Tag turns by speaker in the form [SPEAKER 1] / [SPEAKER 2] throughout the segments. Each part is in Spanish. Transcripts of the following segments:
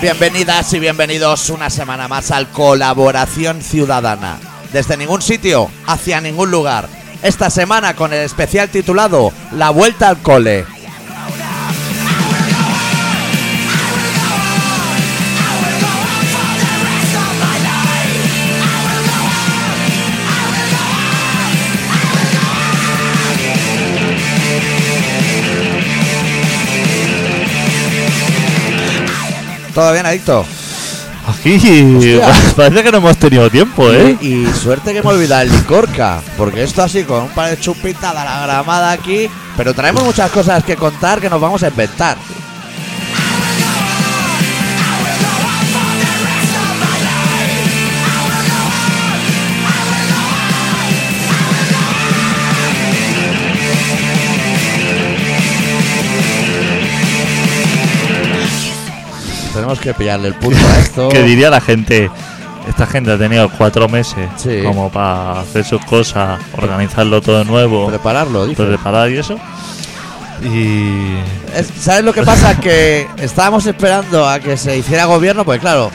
[SPEAKER 1] Bienvenidas y bienvenidos una semana más al Colaboración Ciudadana. Desde ningún sitio, hacia ningún lugar. Esta semana con el especial titulado La Vuelta al Cole. ¿Todo bien, adicto?
[SPEAKER 2] Aquí
[SPEAKER 1] Hostia.
[SPEAKER 2] parece que no hemos tenido tiempo, ¿eh?
[SPEAKER 1] Y suerte que me he olvidado el licorca, porque esto así con un par de chupitas de la gramada aquí, pero traemos muchas cosas que contar que nos vamos a inventar. Tenemos que pillarle el punto a esto.
[SPEAKER 2] Que diría la gente. Esta gente ha tenido cuatro meses
[SPEAKER 1] Sí.
[SPEAKER 2] como para hacer sus cosas, organizarlo todo de nuevo,
[SPEAKER 1] Prepararlo, dice.
[SPEAKER 2] preparar y eso. Y.
[SPEAKER 1] Es- ¿Sabes lo que pasa? Que estábamos esperando a que se hiciera gobierno, pues claro,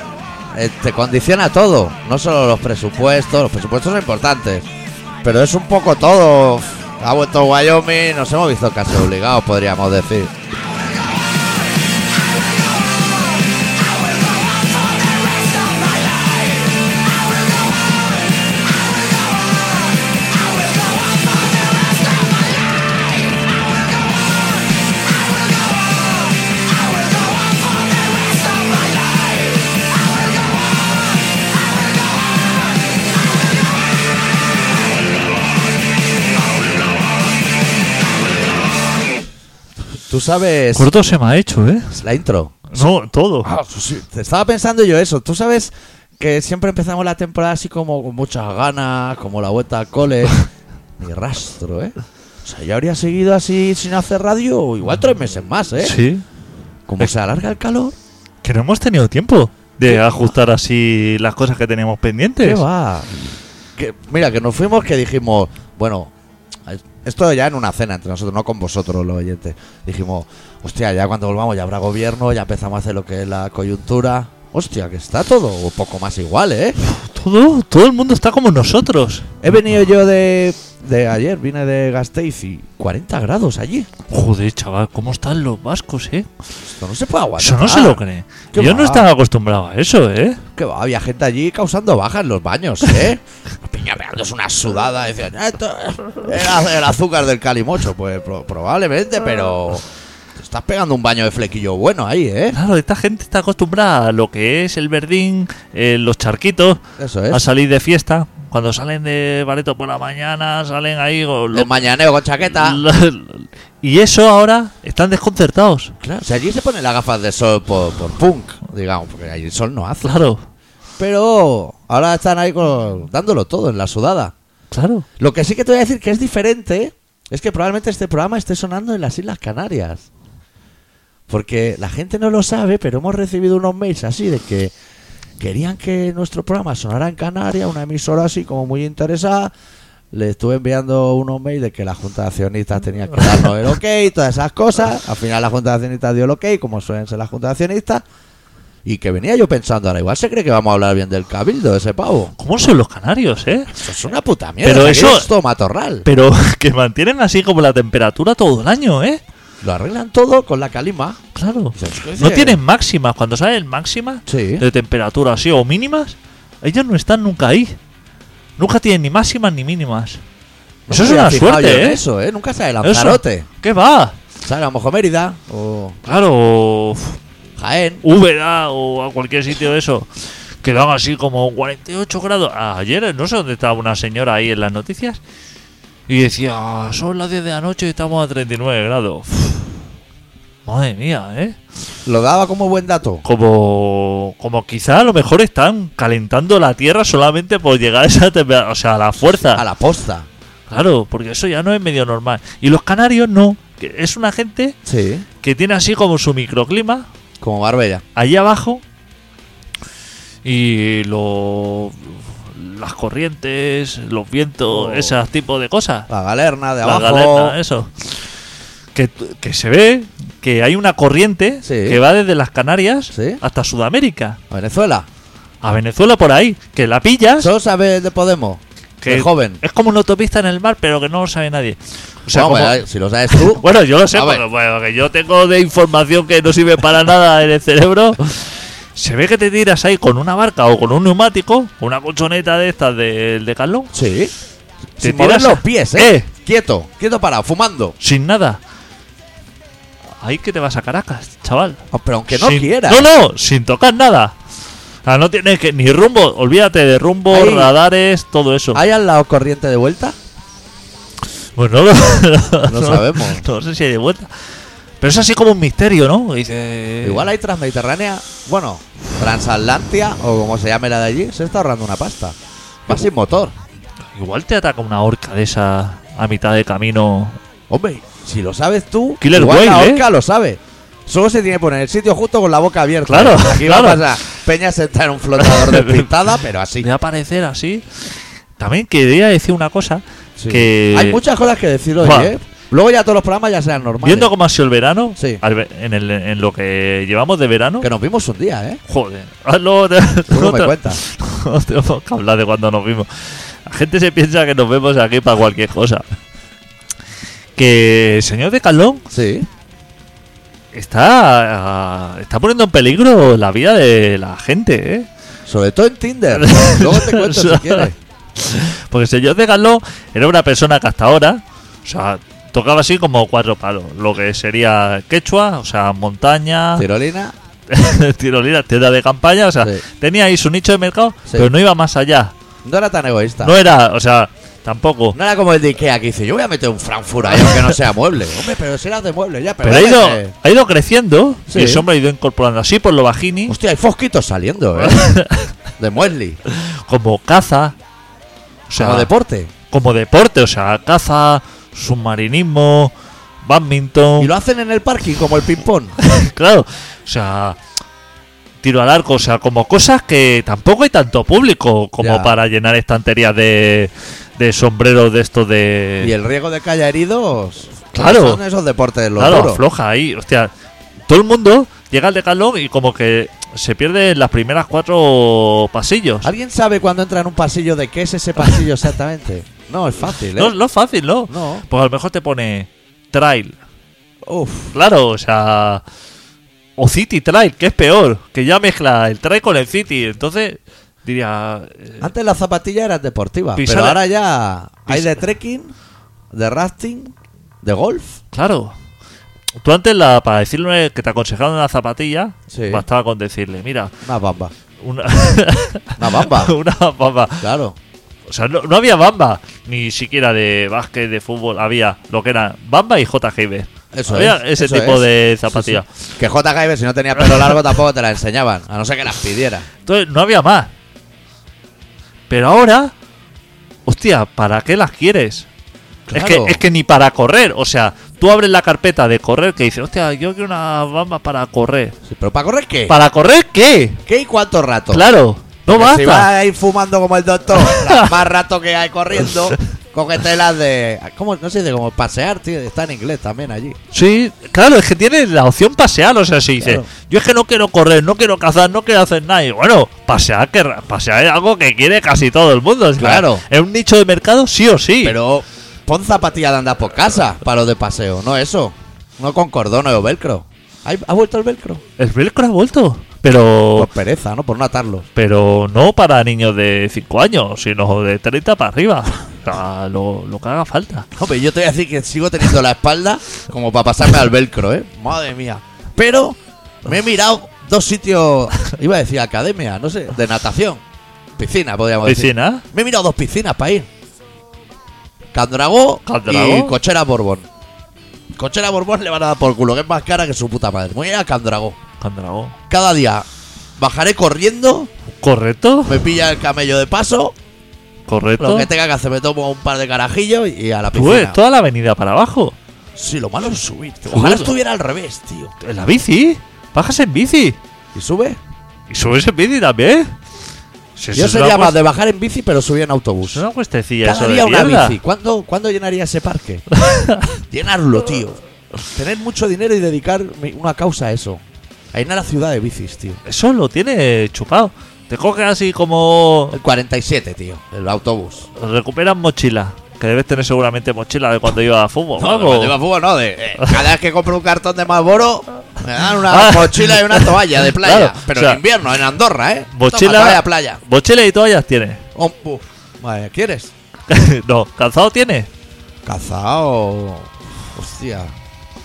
[SPEAKER 1] eh, te condiciona todo, no solo los presupuestos, los presupuestos son importantes, pero es un poco todo. Ha vuelto Wyoming, nos hemos visto casi obligados, podríamos decir. Tú sabes
[SPEAKER 2] Corto se me ha hecho, ¿eh?
[SPEAKER 1] la intro.
[SPEAKER 2] No, todo.
[SPEAKER 1] Te estaba pensando yo eso. Tú sabes que siempre empezamos la temporada así como con muchas ganas, como la vuelta al cole. Ni rastro, ¿eh? O sea, yo habría seguido así sin hacer radio igual tres meses más, ¿eh?
[SPEAKER 2] Sí.
[SPEAKER 1] Como se alarga el calor.
[SPEAKER 2] Que no hemos tenido tiempo de ajustar así las cosas que teníamos pendientes.
[SPEAKER 1] ¿Qué va? Que- mira, que nos fuimos que dijimos, bueno, esto ya en una cena entre nosotros, no con vosotros los oyentes. Dijimos, hostia, ya cuando volvamos ya habrá gobierno, ya empezamos a hacer lo que es la coyuntura. Hostia, que está todo un poco más igual, ¿eh?
[SPEAKER 2] Todo, todo el mundo está como nosotros.
[SPEAKER 1] He venido yo de, de ayer, vine de Gasteiz y 40 grados allí.
[SPEAKER 2] Joder, chaval, ¿cómo están los vascos, eh?
[SPEAKER 1] Esto no se puede aguantar.
[SPEAKER 2] Eso no se lo cree.
[SPEAKER 1] ¿Qué
[SPEAKER 2] Yo
[SPEAKER 1] va?
[SPEAKER 2] no estaba acostumbrado a eso, ¿eh?
[SPEAKER 1] Que va, había gente allí causando bajas en los baños, ¿eh? La Piña pegándose una sudada. Decían, esto era el azúcar del calimocho. Pues pro- probablemente, pero. Te estás pegando un baño de flequillo bueno ahí, ¿eh?
[SPEAKER 2] Claro, esta gente está acostumbrada a lo que es el verdín, eh, los charquitos,
[SPEAKER 1] Eso
[SPEAKER 2] a
[SPEAKER 1] es.
[SPEAKER 2] salir de fiesta. Cuando salen de bareto por la mañana, salen ahí. con lo-
[SPEAKER 1] El mañaneo con chaqueta.
[SPEAKER 2] lo- y eso ahora están desconcertados.
[SPEAKER 1] Claro, si allí se ponen las gafas de sol por, por punk, digamos, porque allí el sol no hace.
[SPEAKER 2] Claro,
[SPEAKER 1] Pero ahora están ahí con- dándolo todo en la sudada.
[SPEAKER 2] claro.
[SPEAKER 1] Lo que sí que te voy a decir que es diferente es que probablemente este programa esté sonando en las Islas Canarias. Porque la gente no lo sabe, pero hemos recibido unos mails así de que querían que nuestro programa sonara en Canarias, una emisora así como muy interesada. Le estuve enviando unos mails de que la Junta de Accionistas tenía que darnos el ok y todas esas cosas. Al final la Junta de Accionistas dio el ok, como suelen ser las Juntas de Accionistas. Y que venía yo pensando, ahora igual se cree que vamos a hablar bien del cabildo de ese pavo.
[SPEAKER 2] ¿Cómo son los canarios, eh?
[SPEAKER 1] Eso es una puta mierda.
[SPEAKER 2] Pero
[SPEAKER 1] aquello
[SPEAKER 2] eso-
[SPEAKER 1] es todo matorral.
[SPEAKER 2] Pero que mantienen así como la temperatura todo el año, ¿eh?
[SPEAKER 1] Lo arreglan todo con la calima.
[SPEAKER 2] Claro.
[SPEAKER 1] Sí.
[SPEAKER 2] No tienen máximas. Cuando salen máximas
[SPEAKER 1] Sí.
[SPEAKER 2] de temperatura así o mínimas, ellos no están nunca ahí. Nunca tienen ni máximas ni mínimas. Eso es
[SPEAKER 1] me
[SPEAKER 2] una
[SPEAKER 1] había fijado yo
[SPEAKER 2] suerte,
[SPEAKER 1] en
[SPEAKER 2] ¿eh?
[SPEAKER 1] Eso, ¿eh? Nunca sale
[SPEAKER 2] Eso.
[SPEAKER 1] Lanzarote.
[SPEAKER 2] ¿Qué va?
[SPEAKER 1] Sale a lo mejor Mérida o
[SPEAKER 2] Claro, uf,
[SPEAKER 1] Jaén.
[SPEAKER 2] Úbeda o a cualquier sitio de eso. Que dan así como 48 grados. Ayer no sé dónde estaba una señora ahí en las noticias. Y decía, "Ah, son las 10 de la noche y estamos a 39 grados. Uf, Madre mía, ¿eh?
[SPEAKER 1] Lo daba como buen dato.
[SPEAKER 2] Como, como quizá a lo mejor están calentando la tierra solamente por llegar a esa temperatura. O sea, a la fuerza.
[SPEAKER 1] A la posta.
[SPEAKER 2] Claro, porque eso ya no es medio normal. Y los canarios no. que es una gente
[SPEAKER 1] Sí.
[SPEAKER 2] que tiene así como su microclima
[SPEAKER 1] Como Marbella.
[SPEAKER 2] allí abajo. Y lo, las corrientes, los vientos,
[SPEAKER 1] Oh.
[SPEAKER 2] ese tipo de cosas.
[SPEAKER 1] La galerna de
[SPEAKER 2] la
[SPEAKER 1] abajo.
[SPEAKER 2] galerna, ¿eh? eso. Que, t- que se ve que hay una corriente
[SPEAKER 1] Sí.
[SPEAKER 2] que va desde las Canarias
[SPEAKER 1] Sí.
[SPEAKER 2] hasta Sudamérica,
[SPEAKER 1] A Venezuela.
[SPEAKER 2] a Venezuela por ahí, que la pillas.
[SPEAKER 1] Solo sabe de Podemos.
[SPEAKER 2] que
[SPEAKER 1] De joven.
[SPEAKER 2] Es como una autopista en el mar, pero que no lo sabe nadie. O sea,
[SPEAKER 1] Vamos,
[SPEAKER 2] como-
[SPEAKER 1] eh, si lo sabes tú.
[SPEAKER 2] bueno, yo lo sé,
[SPEAKER 1] A ver.
[SPEAKER 2] pero bueno, que yo tengo de información que no sirve para nada en el cerebro. Se ve que te tiras ahí con una barca o con un neumático, con una colchoneta de estas del de Carlón,
[SPEAKER 1] sí. Sin
[SPEAKER 2] tiras
[SPEAKER 1] mover
[SPEAKER 2] a-
[SPEAKER 1] los pies, ¿eh?
[SPEAKER 2] Eh.
[SPEAKER 1] Quieto, quieto parado, fumando.
[SPEAKER 2] sin nada. Ahí que te vas a Caracas, chaval.
[SPEAKER 1] Oh, Pero aunque no
[SPEAKER 2] Sin-
[SPEAKER 1] quiera.
[SPEAKER 2] No, no, sin tocar nada. Ah, no tienes que ni rumbo, olvídate de rumbo,
[SPEAKER 1] Ahí.
[SPEAKER 2] radares, todo eso.
[SPEAKER 1] ¿Hay al lado corriente de vuelta?
[SPEAKER 2] Pues no lo
[SPEAKER 1] No sabemos.
[SPEAKER 2] No sé si hay de vuelta. Pero es así como un misterio, ¿no? Dice.
[SPEAKER 1] Eh, Igual hay transmediterránea, bueno, transatlantia o como se llame la de allí, se está ahorrando una pasta. Va sin motor.
[SPEAKER 2] Igual te ataca una horca de esa a mitad de camino.
[SPEAKER 1] Hombre, si lo sabes tú,
[SPEAKER 2] Killer
[SPEAKER 1] igual la
[SPEAKER 2] whale, ¿eh?
[SPEAKER 1] orca lo sabe. Solo se tiene que poner en el sitio justo con la boca abierta.
[SPEAKER 2] Claro,
[SPEAKER 1] Aquí
[SPEAKER 2] claro.
[SPEAKER 1] va a pasar Peña sentada en un flotador despistada, pero así.
[SPEAKER 2] De aparecer así. También quería decir una cosa.
[SPEAKER 1] Sí.
[SPEAKER 2] Que
[SPEAKER 1] Hay muchas cosas que decir hoy,
[SPEAKER 2] Buah.
[SPEAKER 1] ¿eh? Luego ya todos los programas ya sean normales.
[SPEAKER 2] Viendo cómo ha sido el verano,
[SPEAKER 1] Sí.
[SPEAKER 2] al ve- en, el- en lo que llevamos de verano,
[SPEAKER 1] Que nos vimos un día, ¿eh?
[SPEAKER 2] joder, hazlo de-
[SPEAKER 1] Tú no me
[SPEAKER 2] otra-
[SPEAKER 1] cuentas.
[SPEAKER 2] No tenemos que hablar de cuando nos vimos. La gente se piensa que nos vemos aquí para cualquier cosa. Que el señor de Calón
[SPEAKER 1] Sí.
[SPEAKER 2] está, ah, está poniendo en peligro la vida de la gente, ¿eh?
[SPEAKER 1] Sobre todo en Tinder. Luego te cuento si quieres.
[SPEAKER 2] Porque el señor de Calón era una persona que hasta ahora, o sea, tocaba así como cuatro palos. Lo que sería quechua, o sea, montaña,
[SPEAKER 1] Tirolina.
[SPEAKER 2] tirolina, tienda de campaña, o sea,
[SPEAKER 1] Sí.
[SPEAKER 2] tenía ahí su nicho de mercado,
[SPEAKER 1] Sí.
[SPEAKER 2] pero no iba más allá.
[SPEAKER 1] No era tan egoísta.
[SPEAKER 2] No era, o sea, tampoco.
[SPEAKER 1] No era como el de Ikea que dice, yo voy a meter un Frankfurt ahí aunque no sea mueble. Hombre, pero si eras de mueble ya, pero...
[SPEAKER 2] Pero ha ido,
[SPEAKER 1] vete.
[SPEAKER 2] ha ido creciendo
[SPEAKER 1] Sí.
[SPEAKER 2] y ese hombre ha ido incorporando así por lo bajini,
[SPEAKER 1] Hostia, hay fosquitos saliendo, ¿eh? De muesli.
[SPEAKER 2] como caza, o sea,
[SPEAKER 1] Como deporte.
[SPEAKER 2] como deporte, o sea, caza, submarinismo, badminton,
[SPEAKER 1] Y lo hacen en el parking como el ping-pong.
[SPEAKER 2] claro, o sea, tiro al arco, o sea, como cosas que tampoco hay tanto público como
[SPEAKER 1] Ya.
[SPEAKER 2] para llenar estanterías de, de sombreros de estos de...
[SPEAKER 1] Y el riesgo de que haya heridos...
[SPEAKER 2] Claro.
[SPEAKER 1] Son esos deportes los
[SPEAKER 2] claro,
[SPEAKER 1] duros.
[SPEAKER 2] afloja ahí, hostia, todo el mundo llega al decalón y como que se pierde en las primeras cuatro pasillos.
[SPEAKER 1] ¿Alguien sabe cuando entra en un pasillo de qué es ese pasillo exactamente? No, es fácil, ¿eh?
[SPEAKER 2] No, no es fácil, ¿no?
[SPEAKER 1] No.
[SPEAKER 2] Pues a lo mejor te pone trail.
[SPEAKER 1] Uf.
[SPEAKER 2] Claro, o sea. O City Trail, que es peor. Que ya mezcla el trail con el City. Entonces, diría. eh,
[SPEAKER 1] Antes las zapatillas eran deportivas,
[SPEAKER 2] Pisar
[SPEAKER 1] pero
[SPEAKER 2] la-
[SPEAKER 1] ahora ya hay
[SPEAKER 2] Pisa-
[SPEAKER 1] de trekking, de rafting, de golf.
[SPEAKER 2] Claro. Tú antes, la, para decirle que te aconsejaron una zapatilla,
[SPEAKER 1] Sí.
[SPEAKER 2] bastaba con decirle: mira,
[SPEAKER 1] Una bamba.
[SPEAKER 2] una.
[SPEAKER 1] Una bamba.
[SPEAKER 2] una bamba.
[SPEAKER 1] Claro.
[SPEAKER 2] O sea, no, no había bamba, ni siquiera de básquet, de fútbol. Había lo que era bamba y JGB.
[SPEAKER 1] Eso
[SPEAKER 2] había
[SPEAKER 1] es,
[SPEAKER 2] ese
[SPEAKER 1] eso
[SPEAKER 2] tipo
[SPEAKER 1] es.
[SPEAKER 2] de zapatilla.
[SPEAKER 1] Que JKB si no tenía pelo largo tampoco te la enseñaban, a no ser que las pidiera.
[SPEAKER 2] Entonces no había más. Pero ahora, hostia, ¿para qué las quieres? Es,
[SPEAKER 1] Claro.
[SPEAKER 2] que, es que ni para correr, o sea, tú abres la carpeta de correr que dices, hostia, yo quiero una bamba para correr.
[SPEAKER 1] Sí, pero ¿para correr qué?
[SPEAKER 2] ¿Para correr qué?
[SPEAKER 1] ¿Qué y cuánto rato?
[SPEAKER 2] Claro, no
[SPEAKER 1] Que Si vas
[SPEAKER 2] basta.
[SPEAKER 1] a ir fumando como el doctor, las más rato que hay corriendo, cógete las de. ¿Cómo? No sé, de como pasear, tío. Está en inglés también allí.
[SPEAKER 2] Sí, claro, es que tienes la opción pasear, o sea, si dices,
[SPEAKER 1] Claro.
[SPEAKER 2] yo es que no quiero correr, no quiero cazar, no quiero hacer nada. Y bueno, pasear, que, ra- pasear es algo que quiere casi todo el mundo. o sea,
[SPEAKER 1] Claro.
[SPEAKER 2] Es un nicho de mercado, sí o sí.
[SPEAKER 1] Pero pon zapatillas de andar por casa para los de paseo, no eso. No con cordones o velcro. ¿Hay- ¿Ha vuelto el velcro?
[SPEAKER 2] El velcro ha vuelto, pero...
[SPEAKER 1] Por pereza, ¿no? Por no atarlo.
[SPEAKER 2] pero no para niños de 5 años, sino de 30 para arriba. O sea, lo, lo que haga falta.
[SPEAKER 1] No, pero yo te voy a decir que sigo teniendo la espalda como para pasarme al velcro, ¿eh? Madre mía. Pero me he mirado dos sitios, iba a decir academia, no sé, de natación. Piscina, podríamos decir.
[SPEAKER 2] Piscina,
[SPEAKER 1] Me he mirado dos piscinas para ir. Candragó,
[SPEAKER 2] Candragó.
[SPEAKER 1] y Cochera Borbón. Cochera Borbón le van a dar por culo, que es más cara que su puta madre. Voy a ir a Candragó.
[SPEAKER 2] Candragón.
[SPEAKER 1] Cada día bajaré corriendo,
[SPEAKER 2] ¿Correcto?
[SPEAKER 1] me pilla el camello de paso, Pues, lo
[SPEAKER 2] ¿Correcto?
[SPEAKER 1] que tenga que hacer me tomo un par de carajillos y a la
[SPEAKER 2] Tú ves
[SPEAKER 1] piscina.
[SPEAKER 2] toda la avenida para abajo.
[SPEAKER 1] Sí, lo malo es subir. tío. Ojalá
[SPEAKER 2] Joder.
[SPEAKER 1] estuviera al revés, tío.
[SPEAKER 2] En la bici. Bajas en bici.
[SPEAKER 1] ¿Y sube?
[SPEAKER 2] Y subes en bici también. O Si
[SPEAKER 1] Yo
[SPEAKER 2] eso
[SPEAKER 1] soy
[SPEAKER 2] es una
[SPEAKER 1] ya más
[SPEAKER 2] cuest-
[SPEAKER 1] de bajar en bici, pero subir en autobús.
[SPEAKER 2] Es una cuestecilla
[SPEAKER 1] Cada
[SPEAKER 2] eso
[SPEAKER 1] día
[SPEAKER 2] de
[SPEAKER 1] una
[SPEAKER 2] mierda.
[SPEAKER 1] bici. ¿Cuándo, ¿Cuándo llenaría ese parque? Llenarlo, tío. Tener mucho dinero y dedicar mi- una causa a eso. A llenar la ciudad de bicis, tío.
[SPEAKER 2] Eso lo tiene chupado. Te cogen así como.
[SPEAKER 1] El 47, tío. El autobús.
[SPEAKER 2] Recuperan mochila. Que debes tener seguramente mochila de cuando iba a fútbol. o
[SPEAKER 1] No, de
[SPEAKER 2] algo.
[SPEAKER 1] cuando iba a fútbol, no. De, eh, cada vez que compro un cartón de Marlboro, me dan una
[SPEAKER 2] Ah.
[SPEAKER 1] mochila y una toalla de playa.
[SPEAKER 2] Claro,
[SPEAKER 1] pero
[SPEAKER 2] o sea,
[SPEAKER 1] en invierno, en Andorra, ¿eh? Toma,
[SPEAKER 2] Mochila.
[SPEAKER 1] toalla, playa.
[SPEAKER 2] Mochila y toallas tiene.
[SPEAKER 1] Oh, pu- Madre, ¿quieres?
[SPEAKER 2] no, calzado tiene.
[SPEAKER 1] Cazao. Hostia.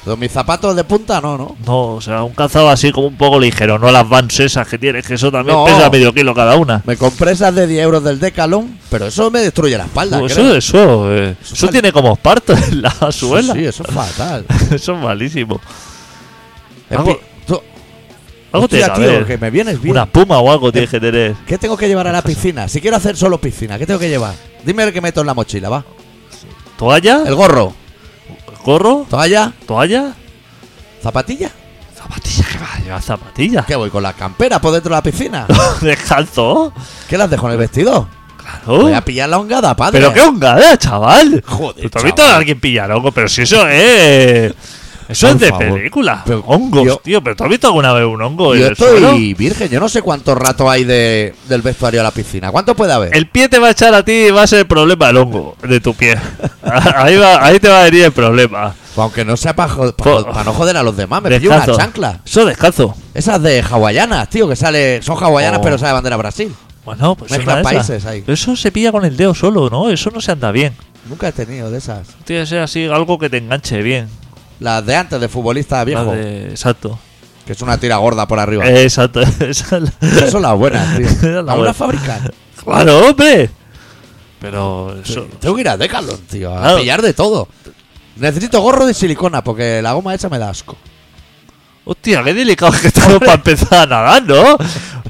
[SPEAKER 1] Pero mis zapatos de punta no, ¿no?
[SPEAKER 2] No, o sea, un calzado así como un poco ligero. No las vans esas que tienes, que eso también
[SPEAKER 1] No.
[SPEAKER 2] pesa medio kilo cada una.
[SPEAKER 1] Me compré esas de 10 euros del Decalón, pero eso me destruye la espalda.
[SPEAKER 2] Uh,
[SPEAKER 1] creo.
[SPEAKER 2] eso, eso, eh,
[SPEAKER 1] Eso
[SPEAKER 2] eso
[SPEAKER 1] sale.
[SPEAKER 2] tiene como esparto en la suela.
[SPEAKER 1] Sí, eso es fatal.
[SPEAKER 2] Eso es malísimo.
[SPEAKER 1] En
[SPEAKER 2] Algo-
[SPEAKER 1] fin, tú-
[SPEAKER 2] Algo
[SPEAKER 1] hostia,
[SPEAKER 2] tiene que
[SPEAKER 1] tío,
[SPEAKER 2] haber.
[SPEAKER 1] que me vienes bien.
[SPEAKER 2] Una puma o algo tienes que tener.
[SPEAKER 1] ¿Qué tengo que llevar a la piscina? Si quiero hacer solo piscina, ¿qué tengo que llevar? Dime el que meto en la mochila, va.
[SPEAKER 2] ¿Toalla?
[SPEAKER 1] El gorro,
[SPEAKER 2] ¿Corro?
[SPEAKER 1] toalla,
[SPEAKER 2] ¿Toalla?
[SPEAKER 1] zapatilla.
[SPEAKER 2] ¿Zapatillas? ¿Qué vas a llevar zapatillas?
[SPEAKER 1] ¿Qué voy con la campera por dentro de la piscina?
[SPEAKER 2] ¿Descalzo?
[SPEAKER 1] ¿Qué las dejo en el vestido?
[SPEAKER 2] Claro.
[SPEAKER 1] Voy a pillar la hongada, padre.
[SPEAKER 2] Uh. Pero qué hongada, chaval.
[SPEAKER 1] Joder,
[SPEAKER 2] ¿Tú has visto
[SPEAKER 1] chaval.
[SPEAKER 2] a alguien pillar hongo? Pero si eso es. Eso
[SPEAKER 1] Por
[SPEAKER 2] es de
[SPEAKER 1] favor.
[SPEAKER 2] película.
[SPEAKER 1] Pero
[SPEAKER 2] Hongos,
[SPEAKER 1] yo-
[SPEAKER 2] tío. ¿Pero tú has visto alguna vez un hongo
[SPEAKER 1] Yo
[SPEAKER 2] en el suelo?
[SPEAKER 1] estoy virgen, yo no sé cuánto rato hay de, del vestuario a la piscina. ¿Cuánto puede haber?
[SPEAKER 2] El pie te va a echar a ti y va a ser el problema el hongo de tu pie. ahí, va, ahí te va a venir el problema.
[SPEAKER 1] Pues Aunque no sea para
[SPEAKER 2] Po-
[SPEAKER 1] no joder a los demás, me pillo una
[SPEAKER 2] Descalzo.
[SPEAKER 1] chancla.
[SPEAKER 2] Eso descalzo.
[SPEAKER 1] Esas de hawaianas, tío, que sale. Son hawaianas,
[SPEAKER 2] Oh.
[SPEAKER 1] pero sale bandera Brasil.
[SPEAKER 2] Bueno, pues
[SPEAKER 1] Mezclan
[SPEAKER 2] una de esas.
[SPEAKER 1] países ahí.
[SPEAKER 2] Pero Eso se pilla con el dedo solo, ¿no? Eso no se anda bien.
[SPEAKER 1] Nunca he tenido de esas.
[SPEAKER 2] Tiene que ser así algo que te enganche bien.
[SPEAKER 1] Las de antes, de futbolista
[SPEAKER 2] La
[SPEAKER 1] viejo,
[SPEAKER 2] de- Exacto.
[SPEAKER 1] que es una tira gorda por arriba.
[SPEAKER 2] Eh, Exacto. Esa es la-
[SPEAKER 1] Esas son las buenas, tío.
[SPEAKER 2] Era la
[SPEAKER 1] Aún
[SPEAKER 2] buena.
[SPEAKER 1] las fabrican.
[SPEAKER 2] Claro, hombre. Pero eso.
[SPEAKER 1] Tengo que ir a Decathlon, tío, a
[SPEAKER 2] Claro.
[SPEAKER 1] pillar de todo. Necesito gorro de silicona porque la goma esa me da asco.
[SPEAKER 2] Hostia, qué delicado que estamos para empezar a nadar, ¿no?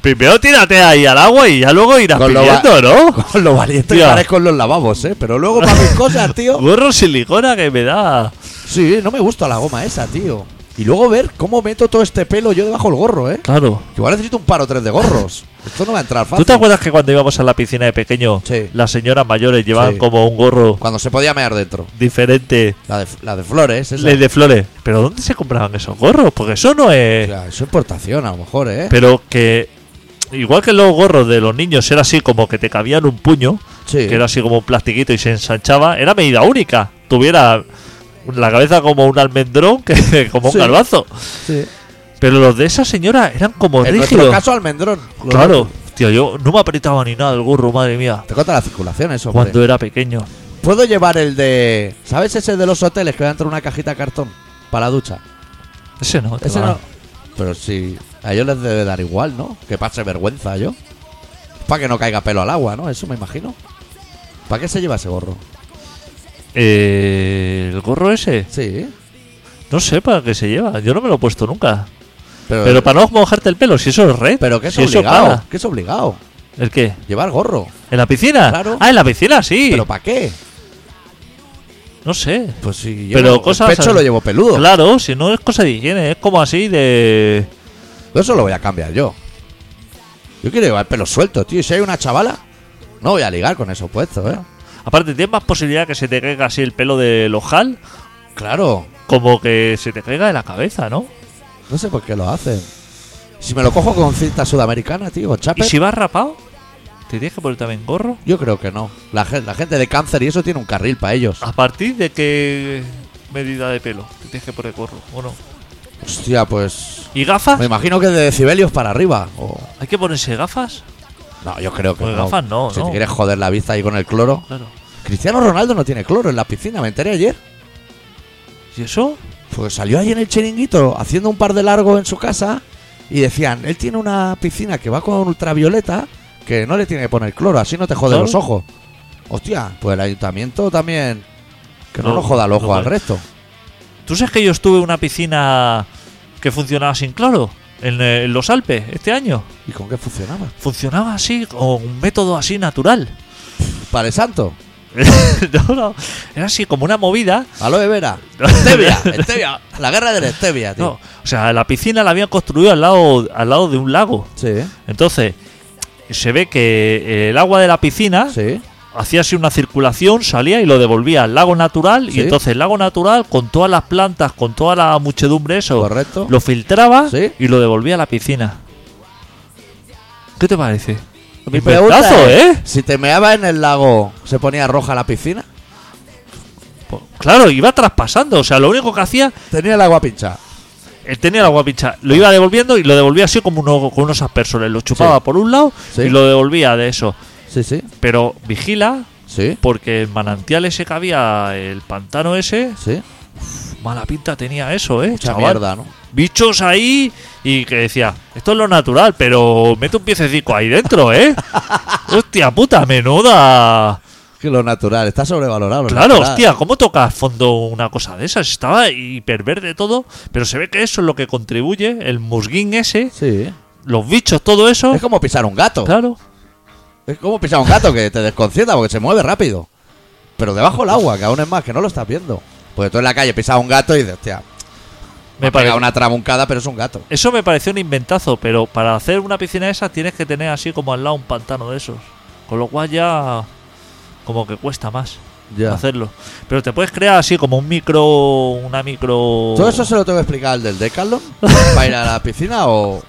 [SPEAKER 2] Primero tírate ahí al agua y ya luego irás
[SPEAKER 1] Con lo va-
[SPEAKER 2] pillando, ¿no?
[SPEAKER 1] Con lo valiente que
[SPEAKER 2] Tío.
[SPEAKER 1] parezco en los lavabos, eh. Pero luego para mis cosas, tío.
[SPEAKER 2] Gorro silicona que me da.
[SPEAKER 1] Sí, no me gusta la goma esa, tío. Y luego ver cómo meto todo este pelo yo debajo del gorro, eh.
[SPEAKER 2] Claro.
[SPEAKER 1] Igual necesito un par o tres de gorros. Esto no va a entrar fácil.
[SPEAKER 2] ¿Tú te acuerdas que cuando íbamos a la piscina de pequeño,
[SPEAKER 1] Sí.
[SPEAKER 2] las señoras mayores llevaban
[SPEAKER 1] Sí.
[SPEAKER 2] como un gorro
[SPEAKER 1] Cuando se podía mear dentro.
[SPEAKER 2] diferente
[SPEAKER 1] La de, la de flores, esa.
[SPEAKER 2] el de flores? ¿Pero dónde se compraban esos gorros? Porque eso no
[SPEAKER 1] O
[SPEAKER 2] es.
[SPEAKER 1] sea, eso es importación, a lo mejor, ¿eh?
[SPEAKER 2] Pero que. Igual que los gorros de los niños era así como que te cabían un puño,
[SPEAKER 1] sí.
[SPEAKER 2] que era así como un plastiquito y se ensanchaba, era medida única. Tuviera la cabeza como un almendrón, que como un
[SPEAKER 1] Sí.
[SPEAKER 2] garbazo.
[SPEAKER 1] sí.
[SPEAKER 2] Pero los de esa señora eran como
[SPEAKER 1] En nuestro
[SPEAKER 2] rígidos.
[SPEAKER 1] caso, almendrón. Lo-
[SPEAKER 2] Claro, tío, yo no me apretaba ni nada el gorro, madre mía,
[SPEAKER 1] Te corta la circulación, eso, hombre.
[SPEAKER 2] cuando era pequeño.
[SPEAKER 1] Puedo llevar el de. ¿Sabes ese de los hoteles que va dentro de una cajita de cartón? Para la ducha.
[SPEAKER 2] Ese no, te
[SPEAKER 1] Ese
[SPEAKER 2] va.
[SPEAKER 1] no. Ah, Pero sí. A ellos les debe dar igual, ¿no? Que pase vergüenza yo. Para que no caiga pelo al agua, ¿no? Eso me imagino. ¿Para qué se lleva ese gorro?
[SPEAKER 2] Eh, el gorro ese,
[SPEAKER 1] Sí.
[SPEAKER 2] no sé para qué se lleva, yo no me lo he puesto nunca.
[SPEAKER 1] Pero,
[SPEAKER 2] Pero para no mojarte el pelo, si eso es red.
[SPEAKER 1] pero que es
[SPEAKER 2] si eso
[SPEAKER 1] obligado.
[SPEAKER 2] para.
[SPEAKER 1] Que es obligado.
[SPEAKER 2] ¿El qué?
[SPEAKER 1] Llevar gorro.
[SPEAKER 2] ¿En la piscina?
[SPEAKER 1] Claro.
[SPEAKER 2] Ah, en la piscina, sí.
[SPEAKER 1] ¿Pero para qué?
[SPEAKER 2] no sé.
[SPEAKER 1] Pues sí,
[SPEAKER 2] Pero
[SPEAKER 1] llevo- el
[SPEAKER 2] cosas-
[SPEAKER 1] pecho lo llevo peludo.
[SPEAKER 2] Claro, si no es cosa de higiene, es como así de...
[SPEAKER 1] Eso lo voy a cambiar yo. Yo quiero llevar el pelo suelto, tío. Y si hay una chavala, no voy a ligar con eso puesto, ¿eh?
[SPEAKER 2] Aparte, tienes más posibilidad que se te caiga así el pelo del ojal
[SPEAKER 1] Claro.
[SPEAKER 2] como que se te caiga de la cabeza, ¿no?
[SPEAKER 1] No sé por qué lo hacen. Si me lo cojo con cinta sudamericana, tío, con
[SPEAKER 2] Y
[SPEAKER 1] chape,
[SPEAKER 2] si vas rapado, te tienes que poner también gorro.
[SPEAKER 1] yo creo que no. La, gen- la gente de cáncer y eso tiene un carril para ellos.
[SPEAKER 2] ¿A partir de qué medida de pelo te tienes que poner gorro o no?
[SPEAKER 1] Hostia, pues...
[SPEAKER 2] ¿Y gafas?
[SPEAKER 1] Me imagino que de decibelios para arriba. o-
[SPEAKER 2] ¿Hay que ponerse gafas?
[SPEAKER 1] No, yo creo que
[SPEAKER 2] Pues
[SPEAKER 1] no.
[SPEAKER 2] gafas no,
[SPEAKER 1] Si
[SPEAKER 2] no.
[SPEAKER 1] te quieres joder la vista ahí con el cloro.
[SPEAKER 2] Claro.
[SPEAKER 1] Cristiano Ronaldo no tiene cloro en la piscina, me enteré ayer.
[SPEAKER 2] ¿Y eso?
[SPEAKER 1] Pues salió ahí en el chiringuito haciendo un par de largo en su casa y decían, él tiene una piscina que va con ultravioleta que no le tiene que poner cloro, así no te jode
[SPEAKER 2] Claro.
[SPEAKER 1] los ojos. Hostia, pues el ayuntamiento también que no,
[SPEAKER 2] No,
[SPEAKER 1] nos joda el ojo
[SPEAKER 2] no
[SPEAKER 1] al
[SPEAKER 2] puede.
[SPEAKER 1] resto.
[SPEAKER 2] ¿Tú sabes que yo estuve en una piscina que funcionaba sin cloro? En, eh, en los Alpes, este año.
[SPEAKER 1] ¿Y con qué funcionaba?
[SPEAKER 2] Funcionaba así, con un método así natural.
[SPEAKER 1] Para el santo,
[SPEAKER 2] No, no. Era así como una movida.
[SPEAKER 1] aloe vera, stevia, stevia, la guerra del stevia, tío.
[SPEAKER 2] No, o sea, la piscina la habían construido al lado, al lado de un lago.
[SPEAKER 1] Sí,
[SPEAKER 2] Entonces, se ve que eh, el agua de la piscina
[SPEAKER 1] Sí.
[SPEAKER 2] hacía así una circulación, salía y lo devolvía al lago natural.
[SPEAKER 1] Sí.
[SPEAKER 2] Y entonces el lago natural, con todas las plantas, con toda la muchedumbre, eso,
[SPEAKER 1] Correcto.
[SPEAKER 2] lo filtraba
[SPEAKER 1] Sí.
[SPEAKER 2] y lo devolvía a la piscina. ¿Qué te parece?
[SPEAKER 1] Mi pregunta
[SPEAKER 2] pedazo,
[SPEAKER 1] es,
[SPEAKER 2] ¿eh?
[SPEAKER 1] Si te meaba en el lago, ¿se ponía roja la piscina?
[SPEAKER 2] Pues, Claro, iba traspasando. O sea, lo único que hacía,
[SPEAKER 1] Tenía el agua pincha.
[SPEAKER 2] él tenía la agua pincha, lo iba devolviendo y lo devolvía así como uno, con unos aspersores. Lo chupaba
[SPEAKER 1] Sí.
[SPEAKER 2] por un lado
[SPEAKER 1] Sí.
[SPEAKER 2] y lo devolvía de eso.
[SPEAKER 1] Sí, sí.
[SPEAKER 2] Pero vigila,
[SPEAKER 1] Sí,
[SPEAKER 2] porque el manantial ese que había, el pantano ese,
[SPEAKER 1] sí.
[SPEAKER 2] mala pinta tenía eso, ¿eh?
[SPEAKER 1] Mucha
[SPEAKER 2] chaval.
[SPEAKER 1] mierda, ¿no?
[SPEAKER 2] bichos ahí y que decía, esto es lo natural, pero mete un piececico ahí dentro, ¿eh? hostia puta, menuda.
[SPEAKER 1] Que lo natural, está sobrevalorado. lo
[SPEAKER 2] Claro,
[SPEAKER 1] natural.
[SPEAKER 2] hostia, ¿cómo toca a fondo una cosa de esas? Estaba hiperverde todo, pero se ve que eso es lo que contribuye, el musguín ese,
[SPEAKER 1] Sí.
[SPEAKER 2] los bichos, todo eso.
[SPEAKER 1] Es como pisar un gato.
[SPEAKER 2] Claro,
[SPEAKER 1] Es como pisar un gato que te desconcierta porque se mueve rápido. Pero debajo del agua, que aún es más, que no lo estás viendo. Porque tú en la calle pisas un gato y dices, hostia, me
[SPEAKER 2] me
[SPEAKER 1] ha pegado
[SPEAKER 2] parece.
[SPEAKER 1] una trabuncada, pero es un gato.
[SPEAKER 2] Eso me pareció un inventazo, pero para hacer una piscina de esas tienes que tener así como al lado un pantano de esos. Con lo cual ya como que cuesta más. hacerlo. Pero te puedes crear así como un micro, una micro.
[SPEAKER 1] ¿Todo eso se lo tengo que explicar al del Decathlon? ¿Para ir a la piscina o.?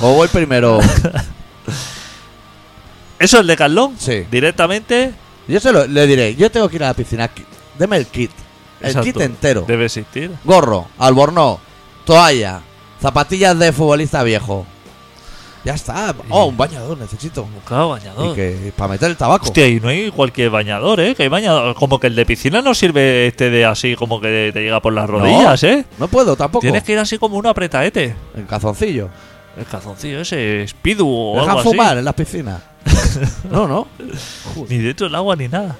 [SPEAKER 1] ¿O voy primero?
[SPEAKER 2] Eso es el de Carlón.
[SPEAKER 1] Sí.
[SPEAKER 2] Directamente
[SPEAKER 1] Yo se lo, le diré, yo tengo que ir a la piscina. Ki- Deme el kit. El
[SPEAKER 2] Exacto.
[SPEAKER 1] kit entero.
[SPEAKER 2] debe existir.
[SPEAKER 1] Gorro, albornoz, toalla, zapatillas de futbolista viejo. Ya está. Oh, un bañador necesito.
[SPEAKER 2] Claro,
[SPEAKER 1] Y
[SPEAKER 2] bañador.
[SPEAKER 1] que para meter el tabaco.
[SPEAKER 2] Hostia, y no hay cualquier bañador, ¿eh? Que hay bañador. Como que el de piscina no sirve este de así como que te llega por las rodillas, ¿eh?
[SPEAKER 1] No puedo tampoco.
[SPEAKER 2] Tienes que ir así como un apretaete.
[SPEAKER 1] En cazoncillo.
[SPEAKER 2] El calzoncillo ese, Speedu o
[SPEAKER 1] Dejan
[SPEAKER 2] algo
[SPEAKER 1] fumar en las piscinas. no, no.
[SPEAKER 2] así. Ni dentro del agua ni nada.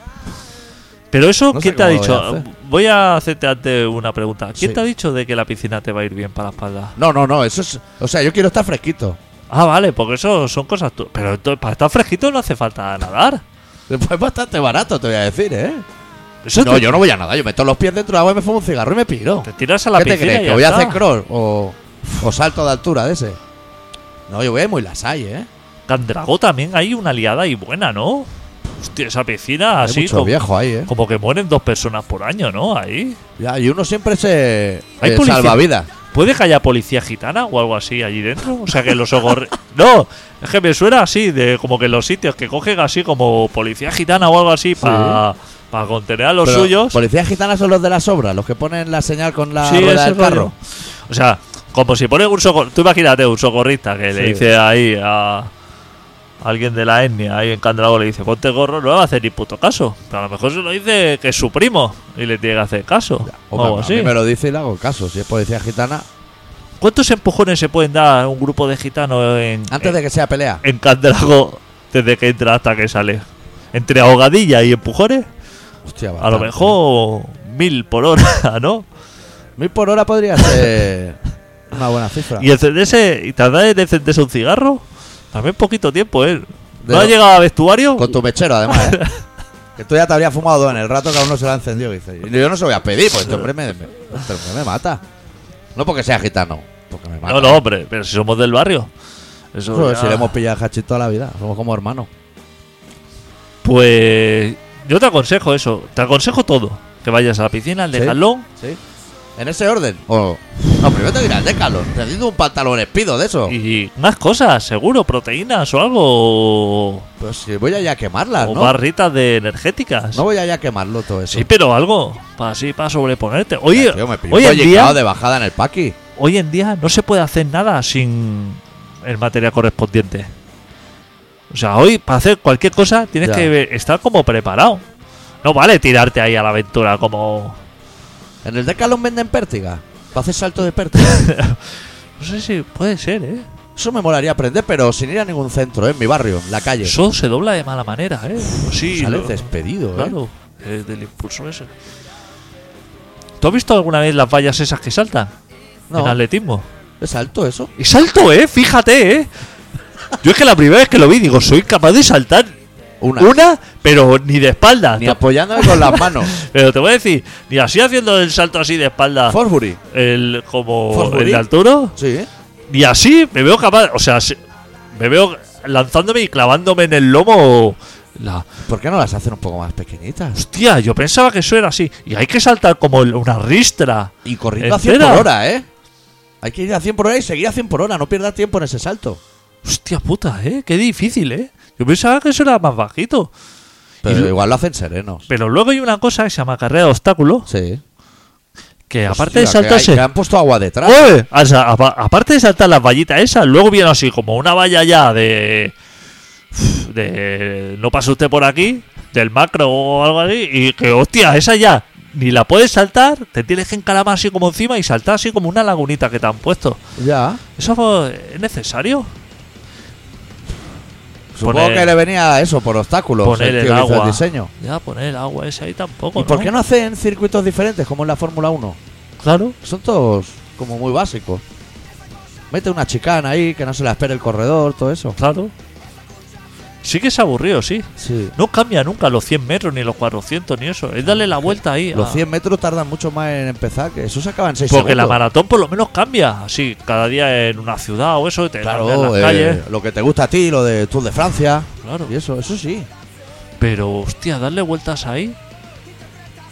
[SPEAKER 2] Pero eso,
[SPEAKER 1] No sé
[SPEAKER 2] ¿quién te ha
[SPEAKER 1] cómo lo
[SPEAKER 2] dicho?
[SPEAKER 1] voy a
[SPEAKER 2] Voy
[SPEAKER 1] hacer.
[SPEAKER 2] a, hacerte antes una pregunta. ¿Quién
[SPEAKER 1] Sí.
[SPEAKER 2] te ha dicho de que la piscina te va a ir bien para la espalda?
[SPEAKER 1] No, no, no. Eso es. O sea, yo quiero estar fresquito.
[SPEAKER 2] Ah, vale, porque eso son cosas tu- Pero entonces, para estar fresquito no hace falta nadar.
[SPEAKER 1] Pues bastante barato, te voy a decir, ¿eh?
[SPEAKER 2] Eso
[SPEAKER 1] No,
[SPEAKER 2] te,
[SPEAKER 1] yo no voy a nada. Yo meto los pies dentro del agua y me fumo un cigarro y me piro.
[SPEAKER 2] te tiras a la
[SPEAKER 1] ¿Qué te
[SPEAKER 2] piscina
[SPEAKER 1] crees?
[SPEAKER 2] y
[SPEAKER 1] ¿Que
[SPEAKER 2] ya
[SPEAKER 1] voy a
[SPEAKER 2] está.
[SPEAKER 1] hacer crawl o, o salto de altura de ese? No, yo voy a ir muy lasalle, ¿eh?
[SPEAKER 2] Candragó también hay una liada y buena, ¿no? Hostia, esa piscina
[SPEAKER 1] Hay
[SPEAKER 2] así
[SPEAKER 1] muchos
[SPEAKER 2] como,
[SPEAKER 1] viejos ahí, ¿eh?
[SPEAKER 2] como que mueren dos personas por año, ¿no? Ahí.
[SPEAKER 1] Ya, y uno siempre se
[SPEAKER 2] Hay
[SPEAKER 1] eh,
[SPEAKER 2] policía.
[SPEAKER 1] salva vidas.
[SPEAKER 2] ¿Puede que haya policía gitana o algo así allí dentro? O sea, que los ogorre... no, es que me suena así, de como que los sitios que cogen así como policía gitana o algo así para contener a los
[SPEAKER 1] Pero
[SPEAKER 2] suyos.
[SPEAKER 1] Policías gitanas son los de las obras, los que ponen la señal con la
[SPEAKER 2] Sí,
[SPEAKER 1] rueda
[SPEAKER 2] ese
[SPEAKER 1] del
[SPEAKER 2] rollo.
[SPEAKER 1] carro.
[SPEAKER 2] O sea, como si pone un socorrista. Tú imagínate un socorrista que le
[SPEAKER 1] Sí.
[SPEAKER 2] dice ahí a alguien de la etnia, ahí en Candrago, le dice: Ponte gorro, no le va a hacer ni puto caso. Pero a lo mejor se lo dice que es su primo y le tiene que hacer caso. o
[SPEAKER 1] Hombre,
[SPEAKER 2] algo
[SPEAKER 1] a
[SPEAKER 2] así.
[SPEAKER 1] mí me lo dice y le hago caso. Si es policía gitana,
[SPEAKER 2] ¿Cuántos empujones se pueden dar a un grupo de gitanos en,
[SPEAKER 1] antes de que sea pelea.
[SPEAKER 2] en Candrago desde que entra hasta que sale? Entre ahogadilla y empujones,
[SPEAKER 1] Hostia,
[SPEAKER 2] a lo
[SPEAKER 1] bastante.
[SPEAKER 2] mejor mil por hora, ¿no?
[SPEAKER 1] Mil por hora podría ser una buena cifra.
[SPEAKER 2] Y encenderse, y tardar en encenderse un cigarro, también poquito tiempo, ¿eh?
[SPEAKER 1] De
[SPEAKER 2] ¿No ha
[SPEAKER 1] lo-
[SPEAKER 2] llegado a vestuario?
[SPEAKER 1] Con tu mechero, además, ¿eh? Que tú ya te habrías fumado dos en el rato que aún no se lo ha encendido. Dice. Y yo no se lo voy a pedir, porque este hombre me, me- este hombre me mata. No porque sea gitano, porque me mata.
[SPEAKER 2] No, no, hombre, pero si somos del barrio. Eso
[SPEAKER 1] Pues
[SPEAKER 2] ya-
[SPEAKER 1] si le hemos pillado el hachís toda la vida, somos como hermanos.
[SPEAKER 2] Pues yo te aconsejo eso, te aconsejo todo. Que vayas a la piscina, al
[SPEAKER 1] Sí.
[SPEAKER 2] dejalón.
[SPEAKER 1] ¿Sí? ¿En ese orden? O... No, primero te dirás de calor. Te digo un pantalón espido de eso.
[SPEAKER 2] Y más cosas, seguro, proteínas o algo. O
[SPEAKER 1] Pues si voy allá a quemarlas, Ah, ¿no?
[SPEAKER 2] barritas de energéticas.
[SPEAKER 1] No voy allá a quemarlo todo eso.
[SPEAKER 2] sí, pero algo. Para así, para sobreponerte. Oye,
[SPEAKER 1] Ya, tío, me pilló
[SPEAKER 2] hoy,
[SPEAKER 1] un
[SPEAKER 2] en día,
[SPEAKER 1] bollicao de bajada en el paqui.
[SPEAKER 2] hoy en día no se puede hacer nada sin el material correspondiente. O sea, hoy para hacer cualquier cosa tienes
[SPEAKER 1] Ya.
[SPEAKER 2] que estar como preparado. No vale tirarte ahí a la aventura como
[SPEAKER 1] En el Decalón venden pértiga. Para hacer salto de pértiga.
[SPEAKER 2] No sé si puede ser, ¿eh?
[SPEAKER 1] Eso me molaría aprender, pero sin ir a ningún centro, ¿eh? en mi barrio, en la calle.
[SPEAKER 2] Eso se dobla de mala manera, ¿eh? Sí,
[SPEAKER 1] Sales
[SPEAKER 2] lo-
[SPEAKER 1] despedido, ¿eh?
[SPEAKER 2] claro, eh, del impulso ese. ¿Tú has visto alguna vez las vallas esas que saltan? En
[SPEAKER 1] No,
[SPEAKER 2] atletismo.
[SPEAKER 1] es alto eso.
[SPEAKER 2] Y salto, ¿eh? Fíjate, ¿eh? Yo es que la primera vez que lo vi, digo, soy capaz de saltar
[SPEAKER 1] Una.
[SPEAKER 2] una, pero ni de espalda.
[SPEAKER 1] Ni apoyándome con las manos.
[SPEAKER 2] Pero te voy a decir, ni así haciendo el salto así de espalda,
[SPEAKER 1] Forsbury.
[SPEAKER 2] el como
[SPEAKER 1] Fosbury.
[SPEAKER 2] el de Arturo,
[SPEAKER 1] Sí.
[SPEAKER 2] ni así me veo capaz, o sea, se- me veo lanzándome y clavándome en el lomo la...
[SPEAKER 1] ¿Por qué no las hacen un poco más pequeñitas?
[SPEAKER 2] Hostia, yo pensaba que eso era así. Y hay que saltar como el- una ristra.
[SPEAKER 1] Y corriendo a 100
[SPEAKER 2] Espera.
[SPEAKER 1] por hora, ¿eh? Hay que ir a 100 por hora y seguir a 100 por hora. No pierdas tiempo en ese salto.
[SPEAKER 2] Hostia puta, ¿eh? Qué difícil, ¿eh? Yo pensaba que eso era más bajito.
[SPEAKER 1] Pero
[SPEAKER 2] Y-
[SPEAKER 1] igual lo hacen serenos.
[SPEAKER 2] Pero luego hay una cosa que se llama carrera de obstáculos,
[SPEAKER 1] Sí.
[SPEAKER 2] que aparte
[SPEAKER 1] Hostia,
[SPEAKER 2] de
[SPEAKER 1] que hay-
[SPEAKER 2] saltarse...
[SPEAKER 1] Que, han puesto agua detrás.
[SPEAKER 2] ¡Oye! Ah, O sea, apa- aparte de saltar las vallitas esas, luego viene así como una valla ya de... de no pasa usted por aquí, del macro o algo así, y que hostia, esa ya ni la puedes saltar, te tienes que encalamar así como encima y saltar así como una lagunita que te han puesto.
[SPEAKER 1] Ya.
[SPEAKER 2] ¿Eso fue- es necesario?
[SPEAKER 1] Supongo
[SPEAKER 2] Poner-
[SPEAKER 1] que le venía eso por obstáculos.
[SPEAKER 2] poner
[SPEAKER 1] el
[SPEAKER 2] el
[SPEAKER 1] tío que hizo
[SPEAKER 2] agua.
[SPEAKER 1] el diseño.
[SPEAKER 2] Ya, poner el agua ese ahí tampoco.
[SPEAKER 1] ¿Y por qué no hacen circuitos diferentes como en la Fórmula 1?
[SPEAKER 2] Claro.
[SPEAKER 1] Son todos como muy básicos. Mete una chicana ahí, que no se la espere el corredor, todo eso.
[SPEAKER 2] Claro. Sí que es aburrido, sí.
[SPEAKER 1] Sí.
[SPEAKER 2] No cambia nunca los 100 metros, ni los 400, ni eso. Es darle la vuelta ahí.
[SPEAKER 1] Los
[SPEAKER 2] a-
[SPEAKER 1] 100 metros tardan mucho más en empezar, que eso se acaba en 6
[SPEAKER 2] Ah. Porque la
[SPEAKER 1] segundos.
[SPEAKER 2] maratón por lo menos cambia. Así, cada día en una ciudad o eso, te cambian
[SPEAKER 1] Claro,
[SPEAKER 2] las
[SPEAKER 1] eh,
[SPEAKER 2] calles.
[SPEAKER 1] lo que te gusta a ti, lo de Tour de Francia.
[SPEAKER 2] Claro.
[SPEAKER 1] Y eso, eso sí.
[SPEAKER 2] Pero, hostia, darle vueltas ahí.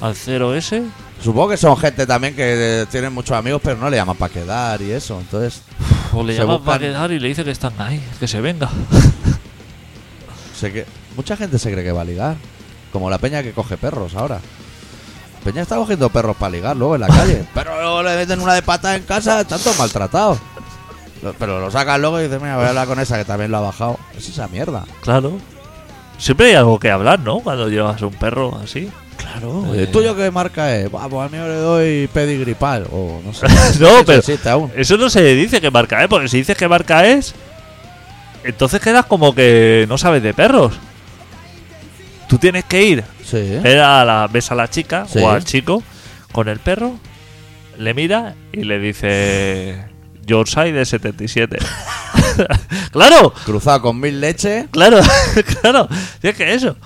[SPEAKER 2] Al 0S.
[SPEAKER 1] Supongo que son gente también que eh, tienen muchos amigos, pero no le llaman para quedar y eso. Entonces
[SPEAKER 2] O le
[SPEAKER 1] Se
[SPEAKER 2] llamas
[SPEAKER 1] buscan-
[SPEAKER 2] para quedar y le dice que están ahí. Que se venga.
[SPEAKER 1] Sé que mucha gente se cree que va a ligar. Como la peña que coge perros ahora. Peña está cogiendo perros para ligar luego en la calle. Pero luego le meten una de pata en casa, están todos maltratados. Lo- Pero lo sacan luego y dicen, mira, voy a hablar con esa que también lo ha bajado. Es esa mierda.
[SPEAKER 2] Claro. Siempre hay algo que hablar, ¿no? Cuando llevas un perro así. Eh, Claro.
[SPEAKER 1] ¿El Eh, tuyo qué marca es? Vamos, a mí le doy pedigripal. O no sé.
[SPEAKER 2] no,
[SPEAKER 1] Eso
[SPEAKER 2] pero.
[SPEAKER 1] existe aún.
[SPEAKER 2] Eso no se dice que marca es, porque si dices que marca es, entonces quedas como que no sabes de perros. Tú tienes que ir,
[SPEAKER 1] Sí.
[SPEAKER 2] ver a la, ves a la chica
[SPEAKER 1] ¿Eh? Sí.
[SPEAKER 2] o al chico con el perro, le mira y le dice Yorkshire de 77. claro,
[SPEAKER 1] Cruzado con mil leches.
[SPEAKER 2] claro, claro, si es que eso.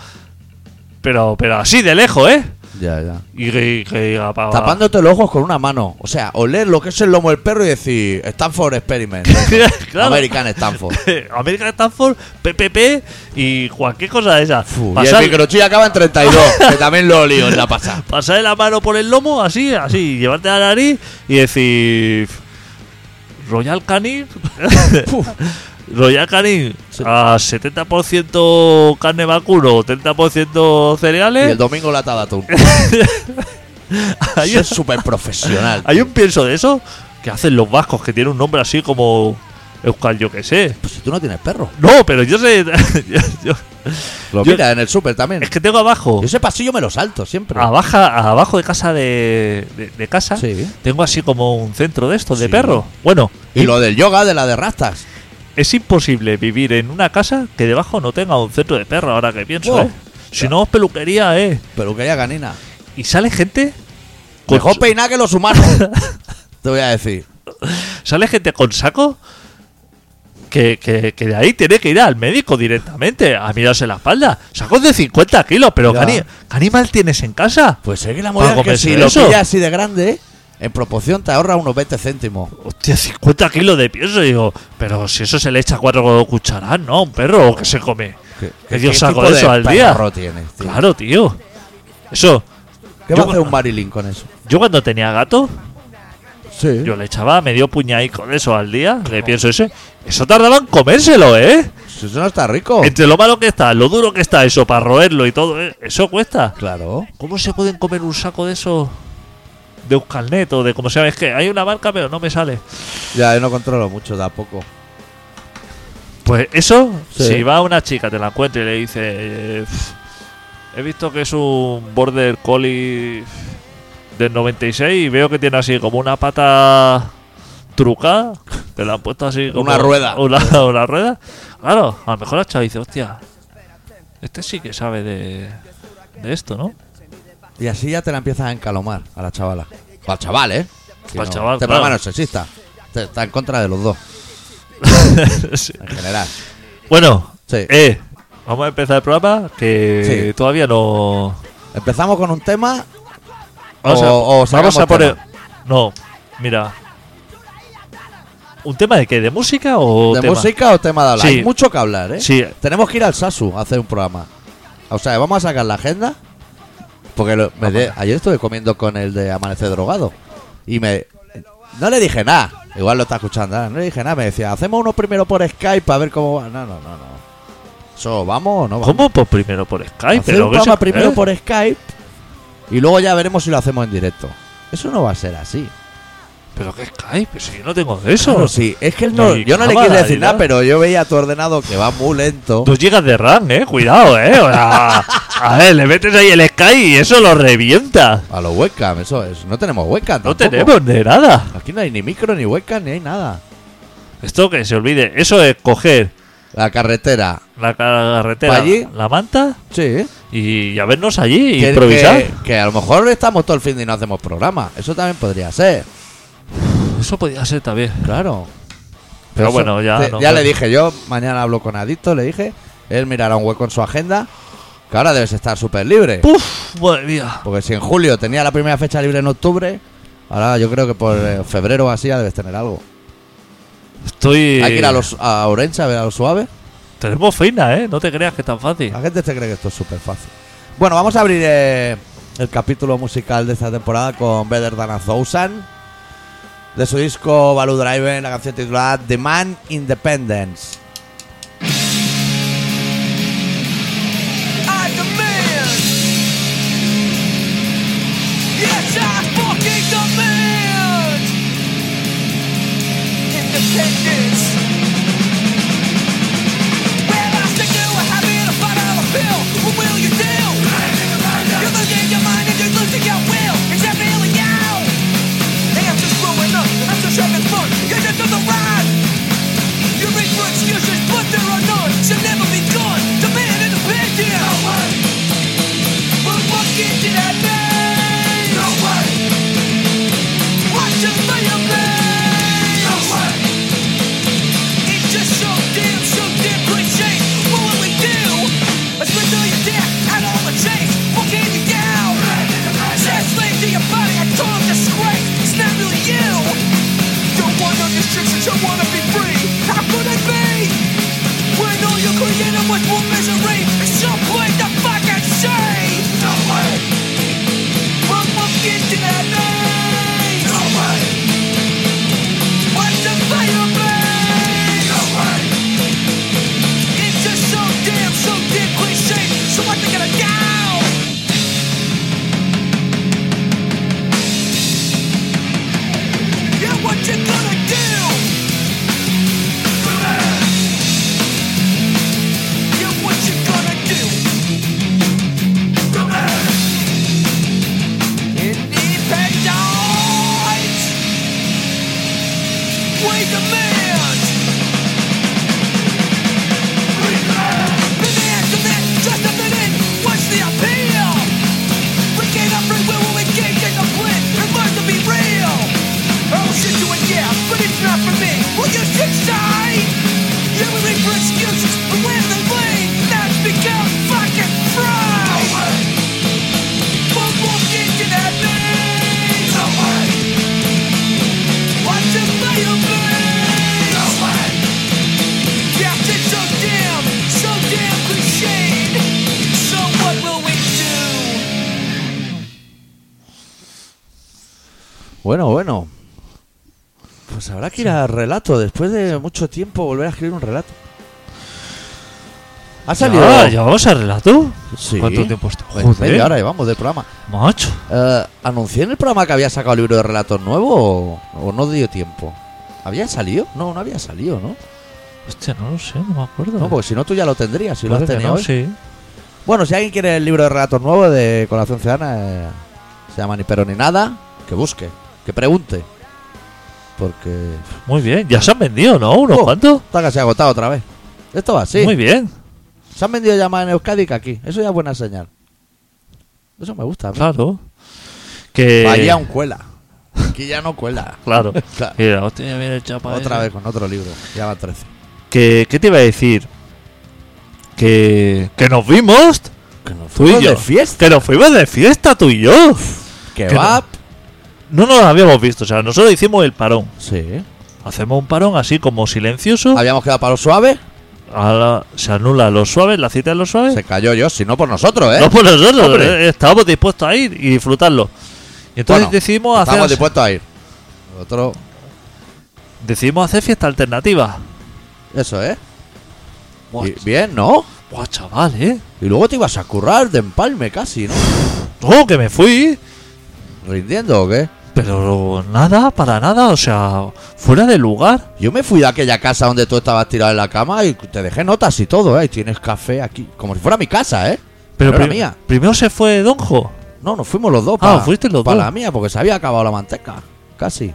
[SPEAKER 2] Pero, pero así de lejos, ¿eh?
[SPEAKER 1] Ya, ya.
[SPEAKER 2] Y que, que diga, pa-
[SPEAKER 1] Tapándote los ojos con una mano. O sea, oler lo que es el lomo del perro y decir, Stanford Experiment.
[SPEAKER 2] Claro.
[SPEAKER 1] American Stanford.
[SPEAKER 2] American Stanford, PPP y cualquier cosa de esa.
[SPEAKER 1] Fu, Y
[SPEAKER 2] Pasar-
[SPEAKER 1] el microchip acaba en 32, que también lo lío en la pasada.
[SPEAKER 2] pasar la mano por el lomo, así, así, llevarte la nariz y decir. Royal Canin. Royal Canin
[SPEAKER 1] Sí.
[SPEAKER 2] a 70% carne vacuno, 30%
[SPEAKER 1] Y el
[SPEAKER 2] cereales.
[SPEAKER 1] domingo lata de atún.
[SPEAKER 2] Hay,
[SPEAKER 1] Eso es súper profesional.
[SPEAKER 2] hay un pienso de eso que hacen los vascos, que tiene un nombre así como. Euskal, yo que sé.
[SPEAKER 1] Pues si tú no tienes perro.
[SPEAKER 2] No, pero yo sé. yo- yo-
[SPEAKER 1] Lo
[SPEAKER 2] Yo-
[SPEAKER 1] mira en el súper también.
[SPEAKER 2] es que Ah, tengo abajo.
[SPEAKER 1] Yo ese pasillo me lo salto siempre.
[SPEAKER 2] abajo, abajo de casa de, de- de casa
[SPEAKER 1] Sí.
[SPEAKER 2] tengo así como un centro de estos de
[SPEAKER 1] Sí.
[SPEAKER 2] perro. Bueno,
[SPEAKER 1] Y lo del yoga de la de rastas.
[SPEAKER 2] es imposible vivir en una casa que debajo no tenga un centro de perro, ahora que pienso,
[SPEAKER 1] Wow.
[SPEAKER 2] ¿eh? Si no, peluquería, ¿eh?
[SPEAKER 1] Peluquería canina.
[SPEAKER 2] Y sale gente... Con,
[SPEAKER 1] Mejor peinar que los humanos. Te voy a decir.
[SPEAKER 2] sale gente con saco que, que- que de ahí tiene que ir al médico directamente a mirarse la espalda. Sacos de 50 kilos, pero
[SPEAKER 1] Ya.
[SPEAKER 2] ¿qué, ani- qué animal tienes en casa?
[SPEAKER 1] Pues es que la
[SPEAKER 2] Para
[SPEAKER 1] movida es que
[SPEAKER 2] comerse
[SPEAKER 1] si lo
[SPEAKER 2] eso.
[SPEAKER 1] pillas así de grande, en proporción te ahorra unos 20 céntimos.
[SPEAKER 2] Hostia, 50 kilos de pienso, digo, pero si eso se le echa cuatro cucharadas, ¿no? a Un perro que se come.
[SPEAKER 1] ¿Qué,
[SPEAKER 2] Que yo saco
[SPEAKER 1] tipo
[SPEAKER 2] eso
[SPEAKER 1] de
[SPEAKER 2] al día.
[SPEAKER 1] perro tienes, tío?
[SPEAKER 2] Claro, tío. Eso,
[SPEAKER 1] ¿Qué va a
[SPEAKER 2] Yo-
[SPEAKER 1] hacer un Marilyn con eso?
[SPEAKER 2] yo cuando tenía gato,
[SPEAKER 1] Sí.
[SPEAKER 2] yo le echaba medio puñadico de eso al día, le pienso ese. Eso tardaba en comérselo, ¿eh?
[SPEAKER 1] Eso no está rico.
[SPEAKER 2] Entre lo malo que está, lo duro que está eso para roerlo y todo, ¿eh? eso cuesta.
[SPEAKER 1] Claro.
[SPEAKER 2] ¿Cómo se pueden comer un saco de eso? De Euskalnet o de como sea, es que hay una marca pero no me sale.
[SPEAKER 1] Ya, yo no controlo mucho tampoco.
[SPEAKER 2] Pues eso,
[SPEAKER 1] Sí.
[SPEAKER 2] si va una chica, te la encuentra y le dice, eh, pf, he visto que es un border collie del 96 y veo que tiene así como una pata trucada, te la han puesto así como
[SPEAKER 1] Una rueda.
[SPEAKER 2] Una, una rueda. Claro, a lo mejor la chava dice, hostia, este sí que sabe de, de esto, ¿no?
[SPEAKER 1] Y así ya te la empiezas a encalomar a la chavala. O al chaval, ¿eh? Si
[SPEAKER 2] Al chaval,
[SPEAKER 1] Este
[SPEAKER 2] claro.
[SPEAKER 1] programa no es sexista. Este Está en contra de los dos,
[SPEAKER 2] Sí.
[SPEAKER 1] en general.
[SPEAKER 2] Bueno,
[SPEAKER 1] Sí.
[SPEAKER 2] eh, vamos a empezar el programa que
[SPEAKER 1] Sí.
[SPEAKER 2] todavía no...
[SPEAKER 1] Empezamos con un tema.
[SPEAKER 2] Vamos,
[SPEAKER 1] O-
[SPEAKER 2] a,
[SPEAKER 1] o sacamos
[SPEAKER 2] vamos a poner. No, mira. ¿Un tema de qué? ¿De música o
[SPEAKER 1] ¿De
[SPEAKER 2] tema?
[SPEAKER 1] música o tema de hablar?
[SPEAKER 2] Sí.
[SPEAKER 1] Hay mucho que hablar, ¿eh?
[SPEAKER 2] Sí,
[SPEAKER 1] Tenemos que ir al Sasu a hacer un programa. O sea, vamos a sacar la agenda. Porque lo- me de- ayer estuve comiendo con el de Amanecer Drogado. Y me. No le dije nada. Igual lo está escuchando. ¿eh? No le dije nada. Me decía, hacemos uno primero por Skype a ver cómo va. No, no, no, no. Eso, vamos o no vamos.
[SPEAKER 2] ¿Cómo? Pues primero por Skype.
[SPEAKER 1] Hacer
[SPEAKER 2] pero
[SPEAKER 1] un
[SPEAKER 2] que
[SPEAKER 1] programa
[SPEAKER 2] se-
[SPEAKER 1] primero
[SPEAKER 2] ¿eh?
[SPEAKER 1] por Skype. Y luego ya veremos si lo hacemos en directo. Eso no va a ser así.
[SPEAKER 2] ¿eh? ¿Pero qué Skype? Si yo no tengo de eso.
[SPEAKER 1] Claro, sí. Es que él no,
[SPEAKER 2] Ni
[SPEAKER 1] yo no le
[SPEAKER 2] cámara,
[SPEAKER 1] quise decir
[SPEAKER 2] ni
[SPEAKER 1] nada,
[SPEAKER 2] nada.
[SPEAKER 1] pero yo veía tu ordenado que va muy lento.
[SPEAKER 2] Dos gigas de RAM, eh. Cuidado, eh. O sea, a ver, le metes ahí el Skype y eso lo revienta.
[SPEAKER 1] A los webcam, eso es. No tenemos webcam.
[SPEAKER 2] No
[SPEAKER 1] tampoco.
[SPEAKER 2] tenemos de nada.
[SPEAKER 1] Aquí no hay ni micro, ni webcam, ni hay nada.
[SPEAKER 2] Esto que se olvide. Eso es coger
[SPEAKER 1] La carretera.
[SPEAKER 2] la carretera,
[SPEAKER 1] Pa' allí.
[SPEAKER 2] la manta
[SPEAKER 1] Sí.
[SPEAKER 2] y a vernos allí y
[SPEAKER 1] Que-
[SPEAKER 2] improvisar.
[SPEAKER 1] Que, que a lo mejor estamos todo el fin de y no hacemos programa. Eso también podría ser.
[SPEAKER 2] Eso podía ser también.
[SPEAKER 1] Claro.
[SPEAKER 2] Pero
[SPEAKER 1] eso-
[SPEAKER 2] bueno, ya
[SPEAKER 1] te-
[SPEAKER 2] no-
[SPEAKER 1] ya le dije yo, mañana hablo con Adicto, le dije. Él mirará un hueco en su agenda. Que ahora debes estar súper libre.
[SPEAKER 2] Puf, madre mía.
[SPEAKER 1] Porque si en julio tenía la primera fecha libre en octubre, ahora yo creo que por eh, febrero o así ya debes tener algo.
[SPEAKER 2] Estoy.
[SPEAKER 1] Hay que ir a, los, a Orense a ver a los suaves.
[SPEAKER 2] Tenemos feina, eh. No te creas que es tan fácil.
[SPEAKER 1] La gente se cree que esto es súper fácil. Bueno, vamos a abrir eh, el capítulo musical de esta temporada con Better Than a Thousand. De su disco Baloo Drive, la canción titulada The Man Independence.
[SPEAKER 3] I demand. Yes, I fucking demand independence. Well, I stick to a habit of fight out a pill. What will you do? You're losing your mind and you're losing your will. It's definitely out. Hey, I'm just growing up. I'm just having fun. You're just on the ride. You make for excuses, but there are none. Should never be gone. The man in the bed, yeah. No way. But what good did I make? No way. What should I have made? No way. It's just so damn, so damn cliche. What will we do? I spent all your debt and all the change. What can you do? Set slave to your body, a total disgrace. It's not really you. Don't want no restrictions, you wanna be free. How could it be? When all you created was more misery, it's so plain to fucking say. No way. But what good did I make? No way. What the fire made? No way. It's just so damn, so damn cliche. So what they gonna do? Yeah, what you gonna do? Yeah, what you gonna do? Independence. We demand. Demand, demand, just a minute. What's the appeal? We gain our free will when we gain the plan and learn to be real. I'll shit to it, yeah, but it's not for me. Will you sit side? Yeah, we make for excuses, but when they leave, that's become fucking fried. But walk into that maze. No way. What to play a maze? No way. Captain, so damn, so damn cliched. So what will we do?
[SPEAKER 1] Bueno, bueno. Pues habrá que ir al relato. Después de mucho tiempo volver a escribir un relato. ¿Ha salido?
[SPEAKER 2] Ah, ¿Ya vamos al relato?
[SPEAKER 1] Sí.
[SPEAKER 2] ¿Cuánto tiempo está?
[SPEAKER 1] Pues media hora llevamos del programa.
[SPEAKER 2] macho.
[SPEAKER 1] Eh, ¿Anuncié en el programa que había sacado libro de relatos nuevo o, o no dio tiempo? ¿Había salido? No, no había salido, ¿no?
[SPEAKER 2] Hostia, no lo sé, no me acuerdo.
[SPEAKER 1] No, porque si no tú ya lo tendrías, si lo has
[SPEAKER 2] Parece que
[SPEAKER 1] tenido
[SPEAKER 2] no,
[SPEAKER 1] hoy.
[SPEAKER 2] sí.
[SPEAKER 1] Bueno, si alguien quiere el libro de relatos nuevo de Colación Ciudadana, eh, se llama Ni Pero Ni Nada, que busque, que pregunte. Porque
[SPEAKER 2] Muy bien, ya se han vendido, ¿no? ¿Unos
[SPEAKER 1] Oh.
[SPEAKER 2] cuantos?
[SPEAKER 1] está casi agotado otra vez. Esto va así.
[SPEAKER 2] Muy bien.
[SPEAKER 1] Se han vendido ya más en Euskadi que aquí. Eso ya es buena señal. Eso me gusta. a mí.
[SPEAKER 2] Claro. Que.
[SPEAKER 1] Allá aún cuela. Aquí ya no cuela.
[SPEAKER 2] Claro.
[SPEAKER 1] Claro.
[SPEAKER 2] Que, hostia, viene el chapa
[SPEAKER 1] Otra
[SPEAKER 2] ese.
[SPEAKER 1] vez con otro libro. Ya va 13.
[SPEAKER 2] Que, ¿Qué te iba a decir? Que. Que nos vimos.
[SPEAKER 1] Que nos
[SPEAKER 2] Tú y
[SPEAKER 1] fuimos
[SPEAKER 2] yo.
[SPEAKER 1] de fiesta.
[SPEAKER 2] Que nos fuimos de fiesta tú y yo.
[SPEAKER 1] Que
[SPEAKER 2] Que
[SPEAKER 1] va.
[SPEAKER 2] No nos habíamos visto, o sea, nosotros hicimos el parón.
[SPEAKER 1] Sí.
[SPEAKER 2] Hacemos un parón así como silencioso.
[SPEAKER 1] Habíamos quedado para lo suave.
[SPEAKER 2] A la- se anula los suaves, la cita de los suaves.
[SPEAKER 1] Se cayó yo, si no por nosotros, ¿eh?
[SPEAKER 2] No por nosotros,
[SPEAKER 1] Hombre.
[SPEAKER 2] eh, estábamos dispuestos a ir y disfrutarlo. Y entonces
[SPEAKER 1] Bueno,
[SPEAKER 2] decidimos,
[SPEAKER 1] Estamos
[SPEAKER 2] hacer,
[SPEAKER 1] dispuestos a ir. Otro.
[SPEAKER 2] decidimos hacer fiesta alternativa.
[SPEAKER 1] Eso, ¿eh?
[SPEAKER 2] Buah,
[SPEAKER 1] Y- bien, ¿no?
[SPEAKER 2] buah, chaval, ¿eh?
[SPEAKER 1] Y luego te ibas a currar de empalme casi, ¿no?
[SPEAKER 2] No, que me fui.
[SPEAKER 1] ¿Rindiendo o qué?
[SPEAKER 2] Pero nada, para nada, o sea, fuera de lugar.
[SPEAKER 1] Yo me fui de aquella casa donde tú estabas tirado en la cama y te dejé notas y todo, ¿eh? Y tienes café aquí. Como si fuera mi casa, ¿eh?
[SPEAKER 2] Pero
[SPEAKER 1] No era
[SPEAKER 2] prim-
[SPEAKER 1] mía.
[SPEAKER 2] primero se fue Donjo.
[SPEAKER 1] No, nos fuimos los dos
[SPEAKER 2] Ah,
[SPEAKER 1] para,
[SPEAKER 2] fuisteis los
[SPEAKER 1] para
[SPEAKER 2] dos.
[SPEAKER 1] la mía, porque se había acabado la manteca. Casi.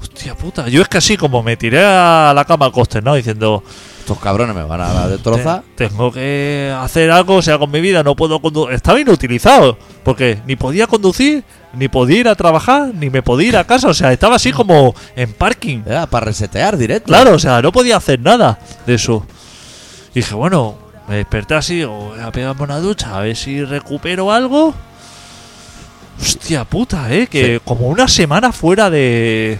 [SPEAKER 2] Hostia puta, yo es que así como me tiré a la cama consternado diciendo
[SPEAKER 1] Estos cabrones me van a destrozar.
[SPEAKER 2] "Te- tengo que hacer algo, o sea, con mi vida no puedo conducir. Estaba inutilizado, porque ni podía conducir, ni podía ir a trabajar, ni me podía ir a casa, o sea, estaba así como en parking.
[SPEAKER 1] Era para resetear directo.
[SPEAKER 2] Claro, o sea, no podía hacer nada de eso. Y dije, bueno, me desperté así, digo, voy a pegarme una ducha, a ver si recupero algo. Hostia puta, eh, que como una semana fuera de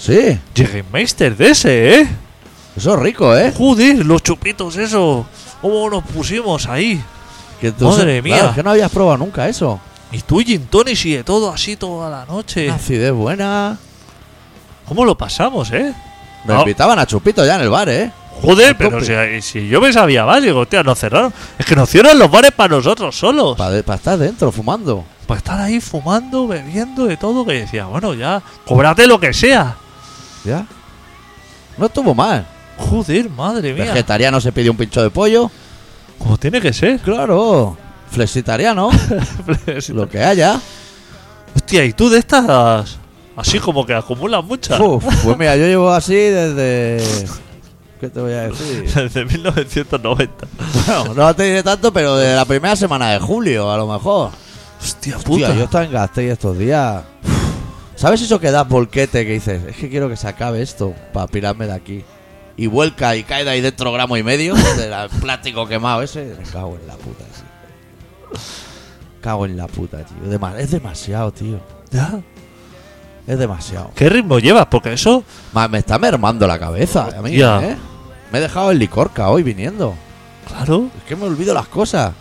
[SPEAKER 1] Sí.
[SPEAKER 2] Jägermeister de ese, eh.
[SPEAKER 1] Eso es rico, ¿eh?
[SPEAKER 2] Joder, los chupitos, eso. ¿Cómo nos pusimos ahí?
[SPEAKER 1] Que
[SPEAKER 2] Madre
[SPEAKER 1] claro,
[SPEAKER 2] mía.
[SPEAKER 1] es que no habías probado nunca eso.
[SPEAKER 2] Y tú, gin tonics y de todo así toda la noche.
[SPEAKER 1] Una acidez buena.
[SPEAKER 2] ¿Cómo lo pasamos, eh?
[SPEAKER 1] Nos
[SPEAKER 2] Ah.
[SPEAKER 1] invitaban a Chupito ya en el bar, ¿eh?
[SPEAKER 2] Joder,
[SPEAKER 1] A
[SPEAKER 2] pero
[SPEAKER 1] tope.
[SPEAKER 2] si, si yo me sabía más, digo, hostia, nos cerraron. Es que nos cierran los bares para nosotros solos.
[SPEAKER 1] Para estar dentro, fumando.
[SPEAKER 2] para estar ahí fumando, bebiendo, de todo, que decía, bueno, ya, cóbrate lo que sea.
[SPEAKER 1] Ya. No estuvo mal.
[SPEAKER 2] Joder, madre mía.
[SPEAKER 1] Vegetariano se pidió un pincho de pollo.
[SPEAKER 2] Como tiene que ser.
[SPEAKER 1] Claro. Flexitariano, lo que haya.
[SPEAKER 2] Hostia, y tú de estas, así como que acumulas muchas.
[SPEAKER 1] Uf, pues mira, yo llevo así desde. ¿Qué te voy a decir?
[SPEAKER 2] Desde 1990.
[SPEAKER 1] Bueno, no te diré tanto, pero de la primera semana de julio, a lo mejor.
[SPEAKER 2] Hostia, puta.
[SPEAKER 1] Hostia, yo estaba en Gasteiz estos días. ¿Sabes eso que da volquete que dices? Es que quiero que se acabe esto para pirarme de aquí. Y vuelca y cae de ahí dentro gramo y medio del plástico quemado ese. Me cago en la puta, tío. Cago en la puta, tío. Dema- es demasiado, tío.
[SPEAKER 2] Ya.
[SPEAKER 1] Es demasiado.
[SPEAKER 2] ¿Qué ritmo llevas? Porque eso,
[SPEAKER 1] Ma- me está mermando la cabeza, a mí,
[SPEAKER 2] Ya.
[SPEAKER 1] ¿eh? Me he dejado el licorca hoy viniendo.
[SPEAKER 2] claro,
[SPEAKER 1] Es que me olvido las cosas.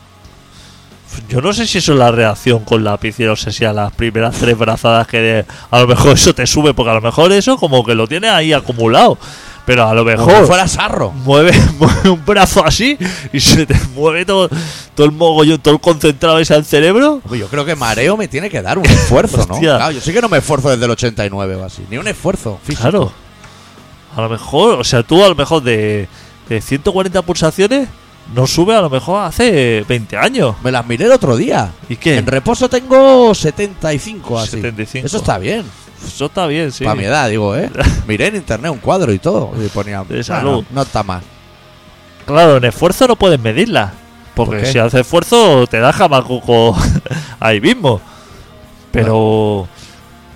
[SPEAKER 2] Pues yo no sé si eso es la reacción con la piscina, o sea, si a las primeras tres brazadas que de- a lo mejor eso te sube, porque a lo mejor eso como que lo tienes ahí acumulado. Pero a lo
[SPEAKER 1] Como si
[SPEAKER 2] mejor
[SPEAKER 1] fuera sarro.
[SPEAKER 2] mueve, mueve un brazo así y se te mueve todo, todo el mogollón, todo el concentrado ese al cerebro.
[SPEAKER 1] Hombre, Yo creo que mareo me tiene que dar un esfuerzo, ¿no?
[SPEAKER 2] Hostia.
[SPEAKER 1] Claro, yo sí que no me esfuerzo desde el 89 o así. Ni un esfuerzo. físico.
[SPEAKER 2] Claro. A lo mejor, o sea, tú a lo mejor de, de 140 pulsaciones no sube a lo mejor hace 20 años.
[SPEAKER 1] Me las miré el otro día.
[SPEAKER 2] ¿Y qué?
[SPEAKER 1] En reposo tengo 75 así.
[SPEAKER 2] 75.
[SPEAKER 1] Eso está bien.
[SPEAKER 2] Eso está bien, sí.
[SPEAKER 1] Para mi edad, digo, ¿eh? Miré en internet un cuadro y todo. Y ponía.
[SPEAKER 2] De salud.
[SPEAKER 1] No, no está mal.
[SPEAKER 2] Claro, en esfuerzo no puedes medirla. Porque
[SPEAKER 1] ¿Por qué?
[SPEAKER 2] si hace esfuerzo te da jamacuco ahí mismo. Pero.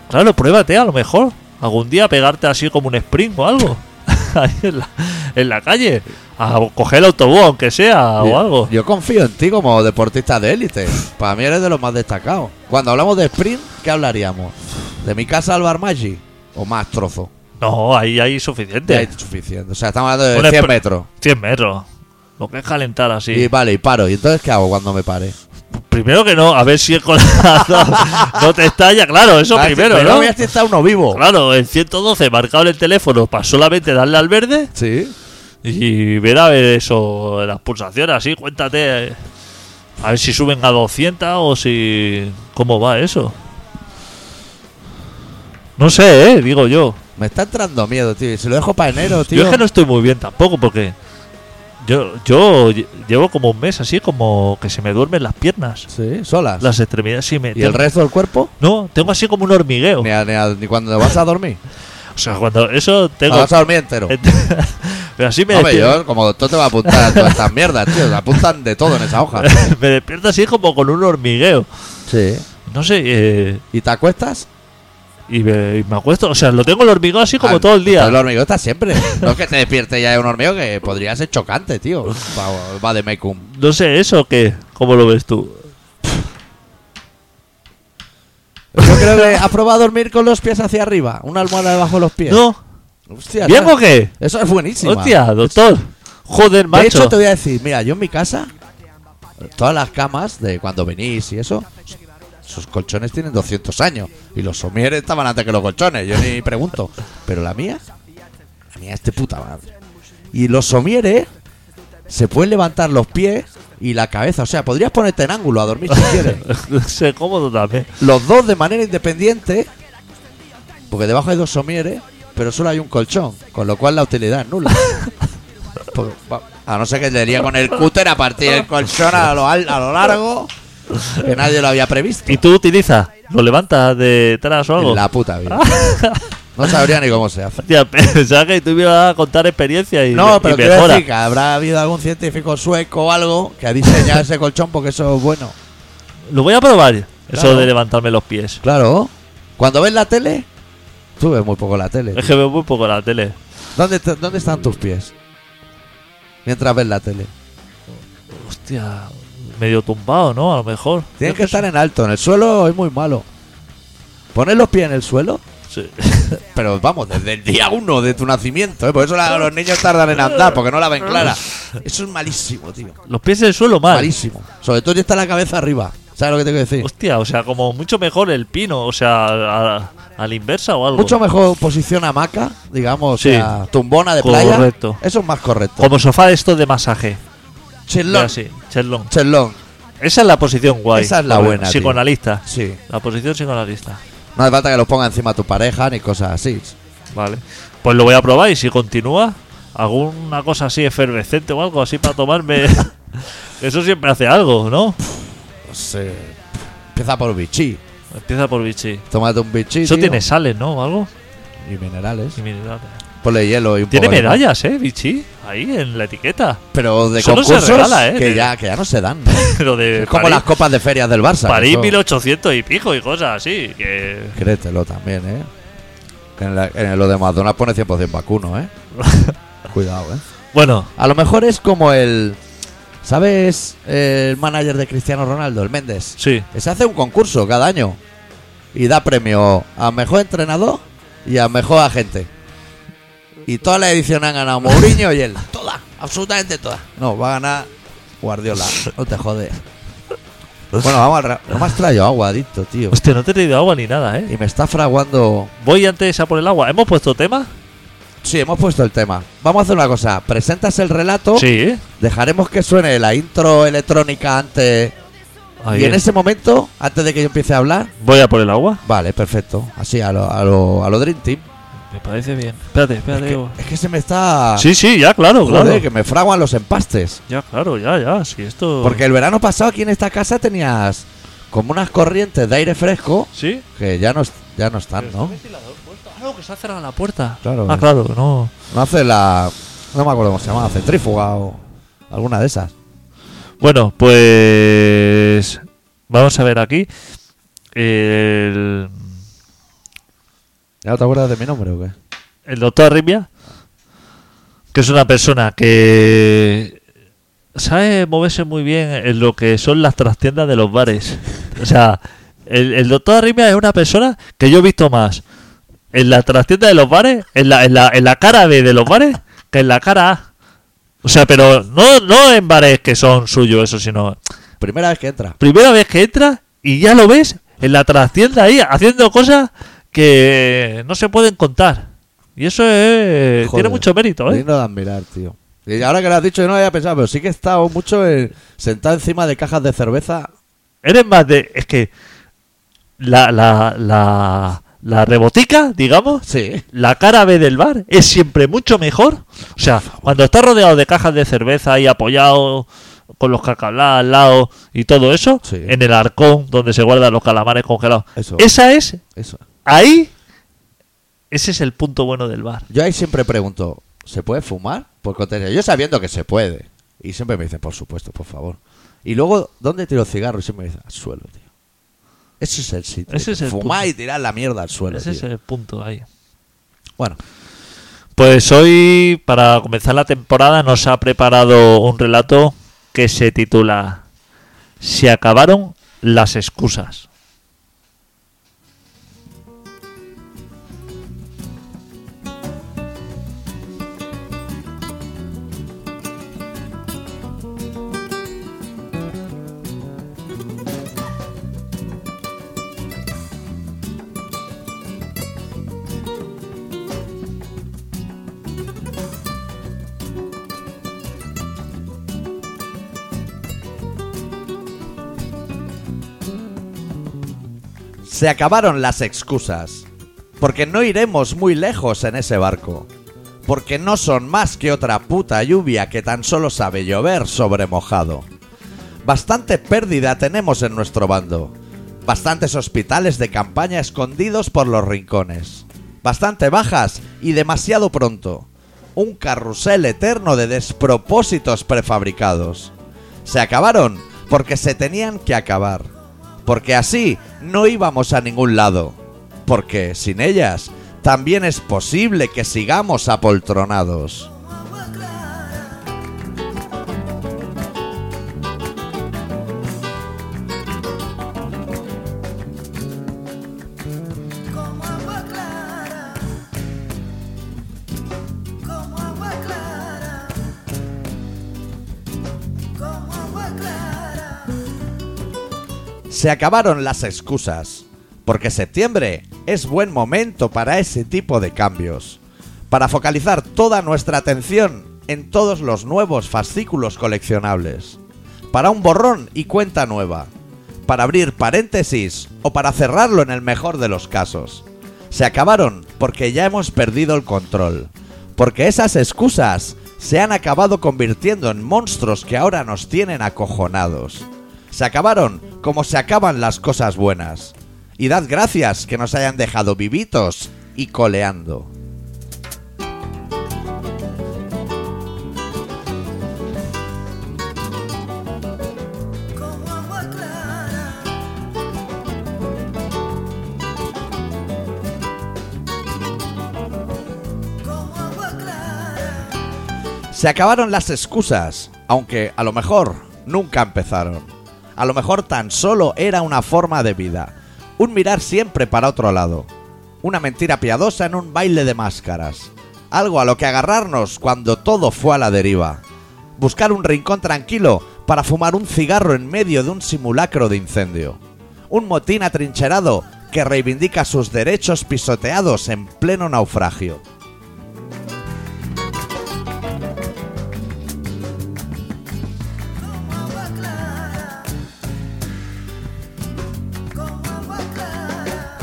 [SPEAKER 2] Claro, pruébate a lo mejor. Algún día pegarte así como un sprint o algo. ahí en la, en la calle. A coger el autobús, aunque sea, o
[SPEAKER 1] Yo-
[SPEAKER 2] algo.
[SPEAKER 1] Yo confío en ti como deportista de élite. Para mí eres de los más destacados. Cuando hablamos de sprint, ¿qué hablaríamos? ¿De mi casa al Bar Maggi? ¿O más trozo?
[SPEAKER 2] No, ahí hay
[SPEAKER 1] Ya es
[SPEAKER 2] suficiente.
[SPEAKER 1] suficiente. O sea, estamos hablando
[SPEAKER 2] Un
[SPEAKER 1] de 100
[SPEAKER 2] sprint.
[SPEAKER 1] metros.
[SPEAKER 2] 100 metros. Lo que es calentar así.
[SPEAKER 1] Y vale, y paro. ¿Y entonces qué hago cuando me pare?
[SPEAKER 2] Primero que no, a ver si el corazón no te estalla. Claro, eso
[SPEAKER 1] Ah,
[SPEAKER 2] primero,
[SPEAKER 1] pero
[SPEAKER 2] ¿no?
[SPEAKER 1] voy a estar uno vivo.
[SPEAKER 2] Claro, el 112 marcado en el teléfono para solamente darle al verde.
[SPEAKER 1] Sí.
[SPEAKER 2] Y ver a ver eso, las pulsaciones, así, cuéntate. eh, A ver si suben a 200 o si. ¿Cómo va eso? No sé, eh, digo yo.
[SPEAKER 1] Me está entrando miedo, tío. Y si lo dejo para enero, tío.
[SPEAKER 2] Yo es que no estoy muy bien tampoco porque. Yo, yo lle- llevo como un mes así, como que se me duermen las piernas.
[SPEAKER 1] Sí, solas.
[SPEAKER 2] Las extremidades sí me.
[SPEAKER 1] ¿Y el resto del cuerpo?
[SPEAKER 2] No, tengo así como un hormigueo.
[SPEAKER 1] Ni, a- ni a- ni cuando vas a dormir.
[SPEAKER 2] O sea, cuando eso tengo.
[SPEAKER 1] Ah, Vas a dormir entero.
[SPEAKER 2] Pero así me
[SPEAKER 1] Hombre,
[SPEAKER 2] despierto.
[SPEAKER 1] yo como doctor te va a apuntar a todas estas mierdas, tío. Te apuntan de todo en esa hoja.
[SPEAKER 2] me despierto así como con un hormigueo.
[SPEAKER 1] Sí.
[SPEAKER 2] No sé, eh,
[SPEAKER 1] ¿Y te acuestas?
[SPEAKER 2] y, me, y me acuesto. O sea, lo tengo el hormigueo así como
[SPEAKER 1] Ah,
[SPEAKER 2] todo el
[SPEAKER 1] El
[SPEAKER 2] día.
[SPEAKER 1] hormigueo está siempre. No es que te despierte ya de un hormigueo que podría ser chocante, tío. Va, va de mecum.
[SPEAKER 2] No sé, ¿eso qué? ¿Cómo lo ves tú?
[SPEAKER 1] Eso creo que ha probado a dormir con los pies hacia arriba. Una almohada debajo de los pies.
[SPEAKER 2] No,
[SPEAKER 1] Hostia,
[SPEAKER 2] ¿bien
[SPEAKER 1] esa-
[SPEAKER 2] o qué?
[SPEAKER 1] Eso es buenísimo.
[SPEAKER 2] Hostia, doctor. Joder,
[SPEAKER 1] De
[SPEAKER 2] macho.
[SPEAKER 1] hecho, te voy a decir, mira, yo en mi casa, todas las camas de cuando venís y eso, esos colchones tienen 200 años. Y los somieres estaban antes que los colchones, yo ni pregunto. Pero la mía, la mía es de puta madre. Y los somieres se pueden levantar los pies y la cabeza. O sea, podrías ponerte en ángulo a dormir si quieres.
[SPEAKER 2] Sé cómodo también.
[SPEAKER 1] Los dos de manera independiente, porque debajo hay dos somieres, pero solo hay un colchón, con lo cual la utilidad es nula. Porque, va- a no ser que le diría con el cúter a partir del colchón a lo, al- a lo largo, que nadie lo había previsto.
[SPEAKER 2] ¿Y tú utilizas? ¿Lo levantas detrás o algo?
[SPEAKER 1] En la puta vida. No sabría ni cómo se hace.
[SPEAKER 2] Hostia, pensaba que tú me ibas a contar experiencia y,
[SPEAKER 1] No,
[SPEAKER 2] me-
[SPEAKER 1] pero
[SPEAKER 2] y
[SPEAKER 1] quiero
[SPEAKER 2] mejora.
[SPEAKER 1] decir que habrá habido algún científico sueco o algo que ha diseñado ese colchón porque eso es bueno.
[SPEAKER 2] Lo voy a probar. Eso
[SPEAKER 1] Claro.
[SPEAKER 2] de levantarme los pies.
[SPEAKER 1] Claro. Cuando ves la tele, tú ves muy poco la tele.
[SPEAKER 2] Es que veo muy poco la tele.
[SPEAKER 1] ¿Dónde, te- ¿Dónde están tus pies? Mientras ves la tele.
[SPEAKER 2] Hostia, medio tumbado, ¿no? A lo mejor.
[SPEAKER 1] Tienen que estar en alto. En el suelo es muy malo. Poner los pies en el suelo.
[SPEAKER 2] Sí.
[SPEAKER 1] Pero vamos, desde el día uno de tu nacimiento. ¿eh? Por eso la- los niños tardan en andar, porque no la ven clara. Eso es malísimo, tío.
[SPEAKER 2] Los pies en el suelo mal.
[SPEAKER 1] Malísimo. Sobre todo si está la cabeza arriba. ¿Sabes lo que te quiero decir?
[SPEAKER 2] Hostia, o sea, como mucho mejor el pino, o sea, a, a la inversa o algo.
[SPEAKER 1] Mucho mejor posición hamaca, digamos,
[SPEAKER 2] Sí.
[SPEAKER 1] o sea, tumbona de
[SPEAKER 2] Correcto.
[SPEAKER 1] playa. Eso es más correcto.
[SPEAKER 2] Como sofá de estos de masaje.
[SPEAKER 1] Chelón.
[SPEAKER 2] Así, cheslón.
[SPEAKER 1] Chelón.
[SPEAKER 2] Esa es la posición guay.
[SPEAKER 1] Esa es la
[SPEAKER 2] Correcto.
[SPEAKER 1] buena, tío.
[SPEAKER 2] Psicoanalista.
[SPEAKER 1] Sí.
[SPEAKER 2] La posición psicoanalista.
[SPEAKER 1] No hace falta que los ponga encima tu pareja ni cosas así.
[SPEAKER 2] Vale. Pues lo voy a probar y si continúa, alguna cosa así efervescente o algo así para tomarme. Eso siempre hace algo, ¿no?
[SPEAKER 1] No sé. Pues, eh, Empieza por bichí.
[SPEAKER 2] Empieza por bichi.
[SPEAKER 1] Tómate un bichí.
[SPEAKER 2] Eso
[SPEAKER 1] tío, Pues
[SPEAKER 2] tiene sales, ¿no? O algo.
[SPEAKER 1] Y minerales.
[SPEAKER 2] Y minerales.
[SPEAKER 1] Ponle hielo y un
[SPEAKER 2] Tiene
[SPEAKER 1] poco de limón.
[SPEAKER 2] medallas, ¿eh, bichi? Ahí en la etiqueta.
[SPEAKER 1] Pero de
[SPEAKER 2] Eso no se
[SPEAKER 1] concursos
[SPEAKER 2] regala, ¿eh?
[SPEAKER 1] que,
[SPEAKER 2] De-
[SPEAKER 1] ya, que ya no se dan.
[SPEAKER 2] Lo de
[SPEAKER 1] Es como
[SPEAKER 2] París,
[SPEAKER 1] las copas de ferias del Barça. que
[SPEAKER 2] París
[SPEAKER 1] eso-
[SPEAKER 2] 1800 y pico y cosas así. Que...
[SPEAKER 1] Créetelo también, ¿eh? Que en, la- en lo de Madonna pone 100% vacuno, ¿eh? Cuidado, ¿eh?
[SPEAKER 2] Bueno,
[SPEAKER 1] A lo mejor es como el... ¿Sabes? El manager de Cristiano Ronaldo, el Méndez.
[SPEAKER 2] sí.
[SPEAKER 1] Que se hace un concurso cada año. Y da premio a mejor entrenador y a mejor agente. Y toda la edición han ganado Mourinho y él. Toda, absolutamente toda. No, va a ganar Guardiola. No te jodes. Bueno, vamos al ra- No me has traído agua, adicto, tío.
[SPEAKER 2] Hostia, no te he traído agua ni nada, ¿eh?
[SPEAKER 1] Y me está fraguando.
[SPEAKER 2] Voy antes a por el agua. ¿Hemos puesto tema?
[SPEAKER 1] Sí, hemos puesto el tema. Vamos a hacer una cosa. Presentas el relato.
[SPEAKER 2] Sí, ¿eh?
[SPEAKER 1] Dejaremos que suene la intro electrónica antes.
[SPEAKER 2] Ahí
[SPEAKER 1] y en
[SPEAKER 2] es.
[SPEAKER 1] ese momento, antes de que yo empiece a hablar.
[SPEAKER 2] Voy a por el agua.
[SPEAKER 1] Vale, perfecto. Así, a lo, a lo, a lo Dream Team.
[SPEAKER 2] Me parece bien. Espérate, espérate.
[SPEAKER 1] Que-
[SPEAKER 2] Hugo.
[SPEAKER 1] es que se me está.
[SPEAKER 2] Sí, sí, ya, claro,
[SPEAKER 1] Joder,
[SPEAKER 2] claro.
[SPEAKER 1] que me fraguan los empastes.
[SPEAKER 2] Ya, claro, ya, ya. Si esto.
[SPEAKER 1] Porque el verano pasado aquí en esta casa tenías como unas corrientes de aire fresco
[SPEAKER 2] ¿Sí?
[SPEAKER 1] que ya no, es- ya no están, ¿no?
[SPEAKER 2] Ah, no, que se ha cerrado la puerta.
[SPEAKER 1] Claro.
[SPEAKER 2] Ah, claro, no.
[SPEAKER 1] No hace la. No me acuerdo cómo se llama, centrífuga o alguna de esas.
[SPEAKER 2] Bueno, pues. Vamos a ver aquí. El,
[SPEAKER 1] ¿Ya no te acuerdas de mi nombre o qué?
[SPEAKER 2] el doctor Arrimia, que es una persona que. Sabe moverse muy bien en lo que son las trastiendas de los bares. O sea, el, el doctor Arrimia es una persona que yo he visto más en la trastienda de los bares, en la, en la, en la cara B de los bares, que en la cara A. O sea, pero no, no en bares que son suyos, eso, sino
[SPEAKER 1] Primera vez que entra.
[SPEAKER 2] primera vez que entras y ya lo ves en la trastienda ahí haciendo cosas que no se pueden contar. Y eso es, tiene
[SPEAKER 1] Joder,
[SPEAKER 2] mucho mérito, ¿eh?
[SPEAKER 1] Digno de admirar, tío. Y ahora que lo has dicho, yo no lo había pensado, pero sí que he estado mucho en- sentado encima de cajas de cerveza.
[SPEAKER 2] Eres más de... Es que la, la, la, la rebotica, digamos,
[SPEAKER 1] Sí.
[SPEAKER 2] la cara B del bar es siempre mucho mejor. O sea, cuando estás rodeado de cajas de cerveza y apoyado con los cacablá al lado y todo eso,
[SPEAKER 1] Sí.
[SPEAKER 2] en el arcón donde se guardan los calamares congelados.
[SPEAKER 1] Eso.
[SPEAKER 2] Esa es
[SPEAKER 1] Eso.
[SPEAKER 2] Ahí, ese es el punto bueno del bar.
[SPEAKER 1] Yo ahí siempre pregunto, ¿se puede fumar? Por contenedor. Yo sabiendo que se puede. Y siempre me dicen, por supuesto, por favor. Y luego, ¿dónde tiro el cigarro? Y siempre me dicen, al suelo, tío. Ese es el sitio.
[SPEAKER 2] Ese es el
[SPEAKER 1] Fumar
[SPEAKER 2] punto.
[SPEAKER 1] y tirar la mierda al suelo.
[SPEAKER 2] Ese es
[SPEAKER 1] tío.
[SPEAKER 2] el punto ahí.
[SPEAKER 1] Bueno,
[SPEAKER 2] Pues hoy, para comenzar la temporada, nos ha preparado un relato que se titula Se acabaron las excusas.
[SPEAKER 1] Se acabaron las excusas. Porque no iremos muy lejos en ese barco. Porque no son más que otra puta lluvia que tan solo sabe llover sobre mojado. Bastante pérdida tenemos en nuestro bando. Bastantes hospitales de campaña escondidos por los rincones. Bastante bajas y demasiado pronto. Un carrusel eterno de despropósitos prefabricados. Se acabaron porque se tenían que acabar. Porque así no íbamos a ningún lado. Porque sin ellas también es posible que sigamos apoltronados.
[SPEAKER 4] Como agua clara, como agua clara, como agua clara.
[SPEAKER 1] Se acabaron las excusas, porque septiembre es buen momento para ese tipo de cambios, para focalizar toda nuestra atención en todos los nuevos fascículos coleccionables, para un borrón y cuenta nueva, para abrir paréntesis o para cerrarlo en el mejor de los casos. Se acabaron porque ya hemos perdido el control, porque esas excusas se han acabado convirtiendo en monstruos que ahora nos tienen acojonados. Se acabaron como se acaban las cosas buenas. Y dad gracias que nos hayan dejado vivitos y coleando.
[SPEAKER 4] Como agua clara, como agua clara,
[SPEAKER 1] Se acabaron las excusas, aunque a lo mejor nunca empezaron. A lo mejor tan solo era una forma de vida, un mirar siempre para otro lado, una mentira piadosa en un baile de máscaras, algo a lo que agarrarnos cuando todo fue a la deriva, buscar un rincón tranquilo para fumar un cigarro en medio de un simulacro de incendio, un motín atrincherado que reivindica sus derechos pisoteados en pleno naufragio.
[SPEAKER 4] como agua clara, como agua clara,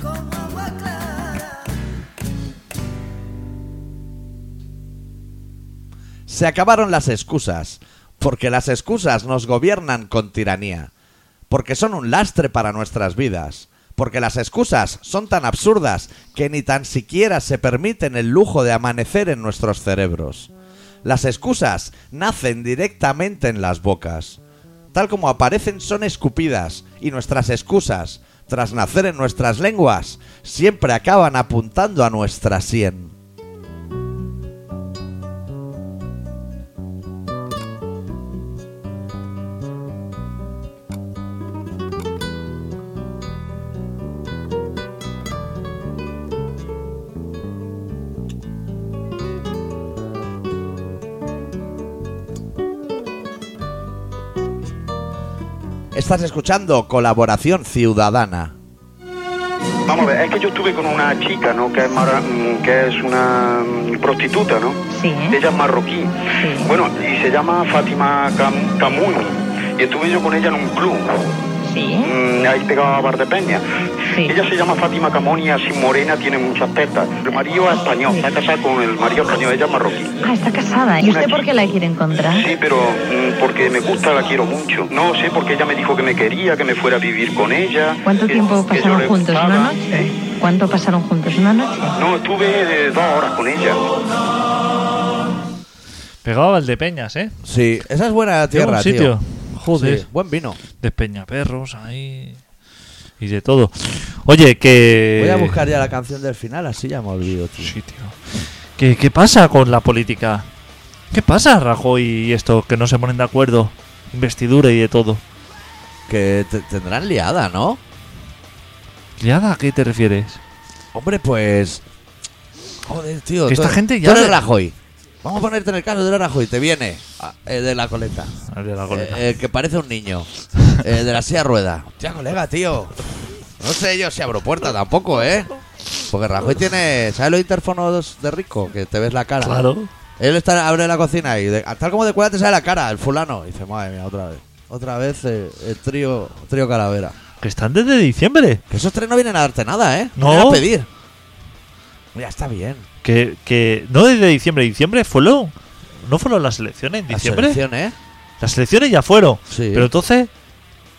[SPEAKER 4] como agua clara.
[SPEAKER 1] Se acabaron las excusas, porque las excusas nos gobiernan con tiranía, porque son un lastre para nuestras vidas, porque las excusas son tan absurdas que ni tan siquiera se permiten el lujo de amanecer en nuestros cerebros. Las excusas nacen directamente en las bocas. Tal como aparecen son escupidas y nuestras excusas, tras nacer en nuestras lenguas, siempre acaban apuntando a nuestra sien. Estás escuchando Colaboración Ciudadana.
[SPEAKER 5] Vamos a ver, es que yo estuve con una chica, ¿no? Que es, mara- mm, que es una mm, prostituta, ¿no?
[SPEAKER 6] Sí.
[SPEAKER 5] Ella es marroquí.
[SPEAKER 6] ¿Eh? Sí.
[SPEAKER 5] Bueno, y se llama Fátima Cam- Camuni. Y estuve yo con ella en un club,
[SPEAKER 6] Sí,
[SPEAKER 5] mm, ahí pegado a Bar de Peña.
[SPEAKER 6] ¿Eh? Sí.
[SPEAKER 5] Ella se llama Fátima Camoni, así morena, tiene muchas tetas. El marido es español, está casada con el marido español, ella es marroquí.
[SPEAKER 6] ah, está casada. ¿Y usted por qué la quiere encontrar?
[SPEAKER 5] Sí, pero mm, porque me gusta, la quiero mucho. No sé, porque ella me dijo que me quería, que me fuera a vivir con ella.
[SPEAKER 6] ¿Cuánto
[SPEAKER 5] que-
[SPEAKER 6] tiempo
[SPEAKER 5] que yo
[SPEAKER 6] pasaron
[SPEAKER 5] le
[SPEAKER 6] juntos?
[SPEAKER 5] gustaba.
[SPEAKER 6] ¿Una
[SPEAKER 5] ¿Eh?
[SPEAKER 6] noche? ¿Cuánto pasaron juntos? ¿Una noche?
[SPEAKER 5] No, estuve eh, dos horas con ella.
[SPEAKER 2] Pegaba al de Peñas, ¿eh?
[SPEAKER 1] Sí, esa es buena
[SPEAKER 2] Qué
[SPEAKER 1] tierra,
[SPEAKER 2] buen sitio.
[SPEAKER 1] tío.
[SPEAKER 2] Joder.
[SPEAKER 1] Sí, buen vino.
[SPEAKER 2] De Peñaperros ahí. Y de todo. Oye, que.
[SPEAKER 1] Voy a buscar ya la canción del final, así ya me olvido, tío.
[SPEAKER 2] Sí, tío. ¿Qué, qué pasa con la política? ¿Qué pasa, Rajoy y esto? Que no se ponen de acuerdo. Investidura y de todo.
[SPEAKER 1] Que te- tendrán liada, ¿no?
[SPEAKER 2] ¿Liada a qué te refieres?
[SPEAKER 1] Hombre, pues. Joder, tío.
[SPEAKER 2] Que
[SPEAKER 1] tú-
[SPEAKER 2] esta gente
[SPEAKER 1] tú
[SPEAKER 2] ya
[SPEAKER 1] eres
[SPEAKER 2] le-
[SPEAKER 1] Rajoy. Vamos a ponerte en el caso de Rajoy. Te viene ah, eh, de la coleta.
[SPEAKER 2] Al de la coleta.
[SPEAKER 1] Eh, eh, que parece un niño. Eh, de la silla rueda. Hostia, colega, tío. No sé yo si abro puerta tampoco, ¿eh? Porque Rajoy tiene. ¿Sabes los interfonos de rico? Que te ves la cara.
[SPEAKER 2] claro.
[SPEAKER 1] Él está, abre la cocina y de- tal como de cuadra te sale la cara, el fulano. Y dice, madre mía, otra vez. Otra vez eh, el trío, trío Calavera.
[SPEAKER 2] Que están desde diciembre.
[SPEAKER 1] Que esos tres no vienen a darte nada, ¿eh?
[SPEAKER 2] No.
[SPEAKER 1] Vienen a pedir. Ya está bien.
[SPEAKER 2] Que, que no desde diciembre. Diciembre fueron. ¿No fueron las elecciones en
[SPEAKER 1] La
[SPEAKER 2] diciembre?
[SPEAKER 1] selección, ¿eh?
[SPEAKER 2] Las elecciones ya fueron.
[SPEAKER 1] Sí.
[SPEAKER 2] Pero entonces,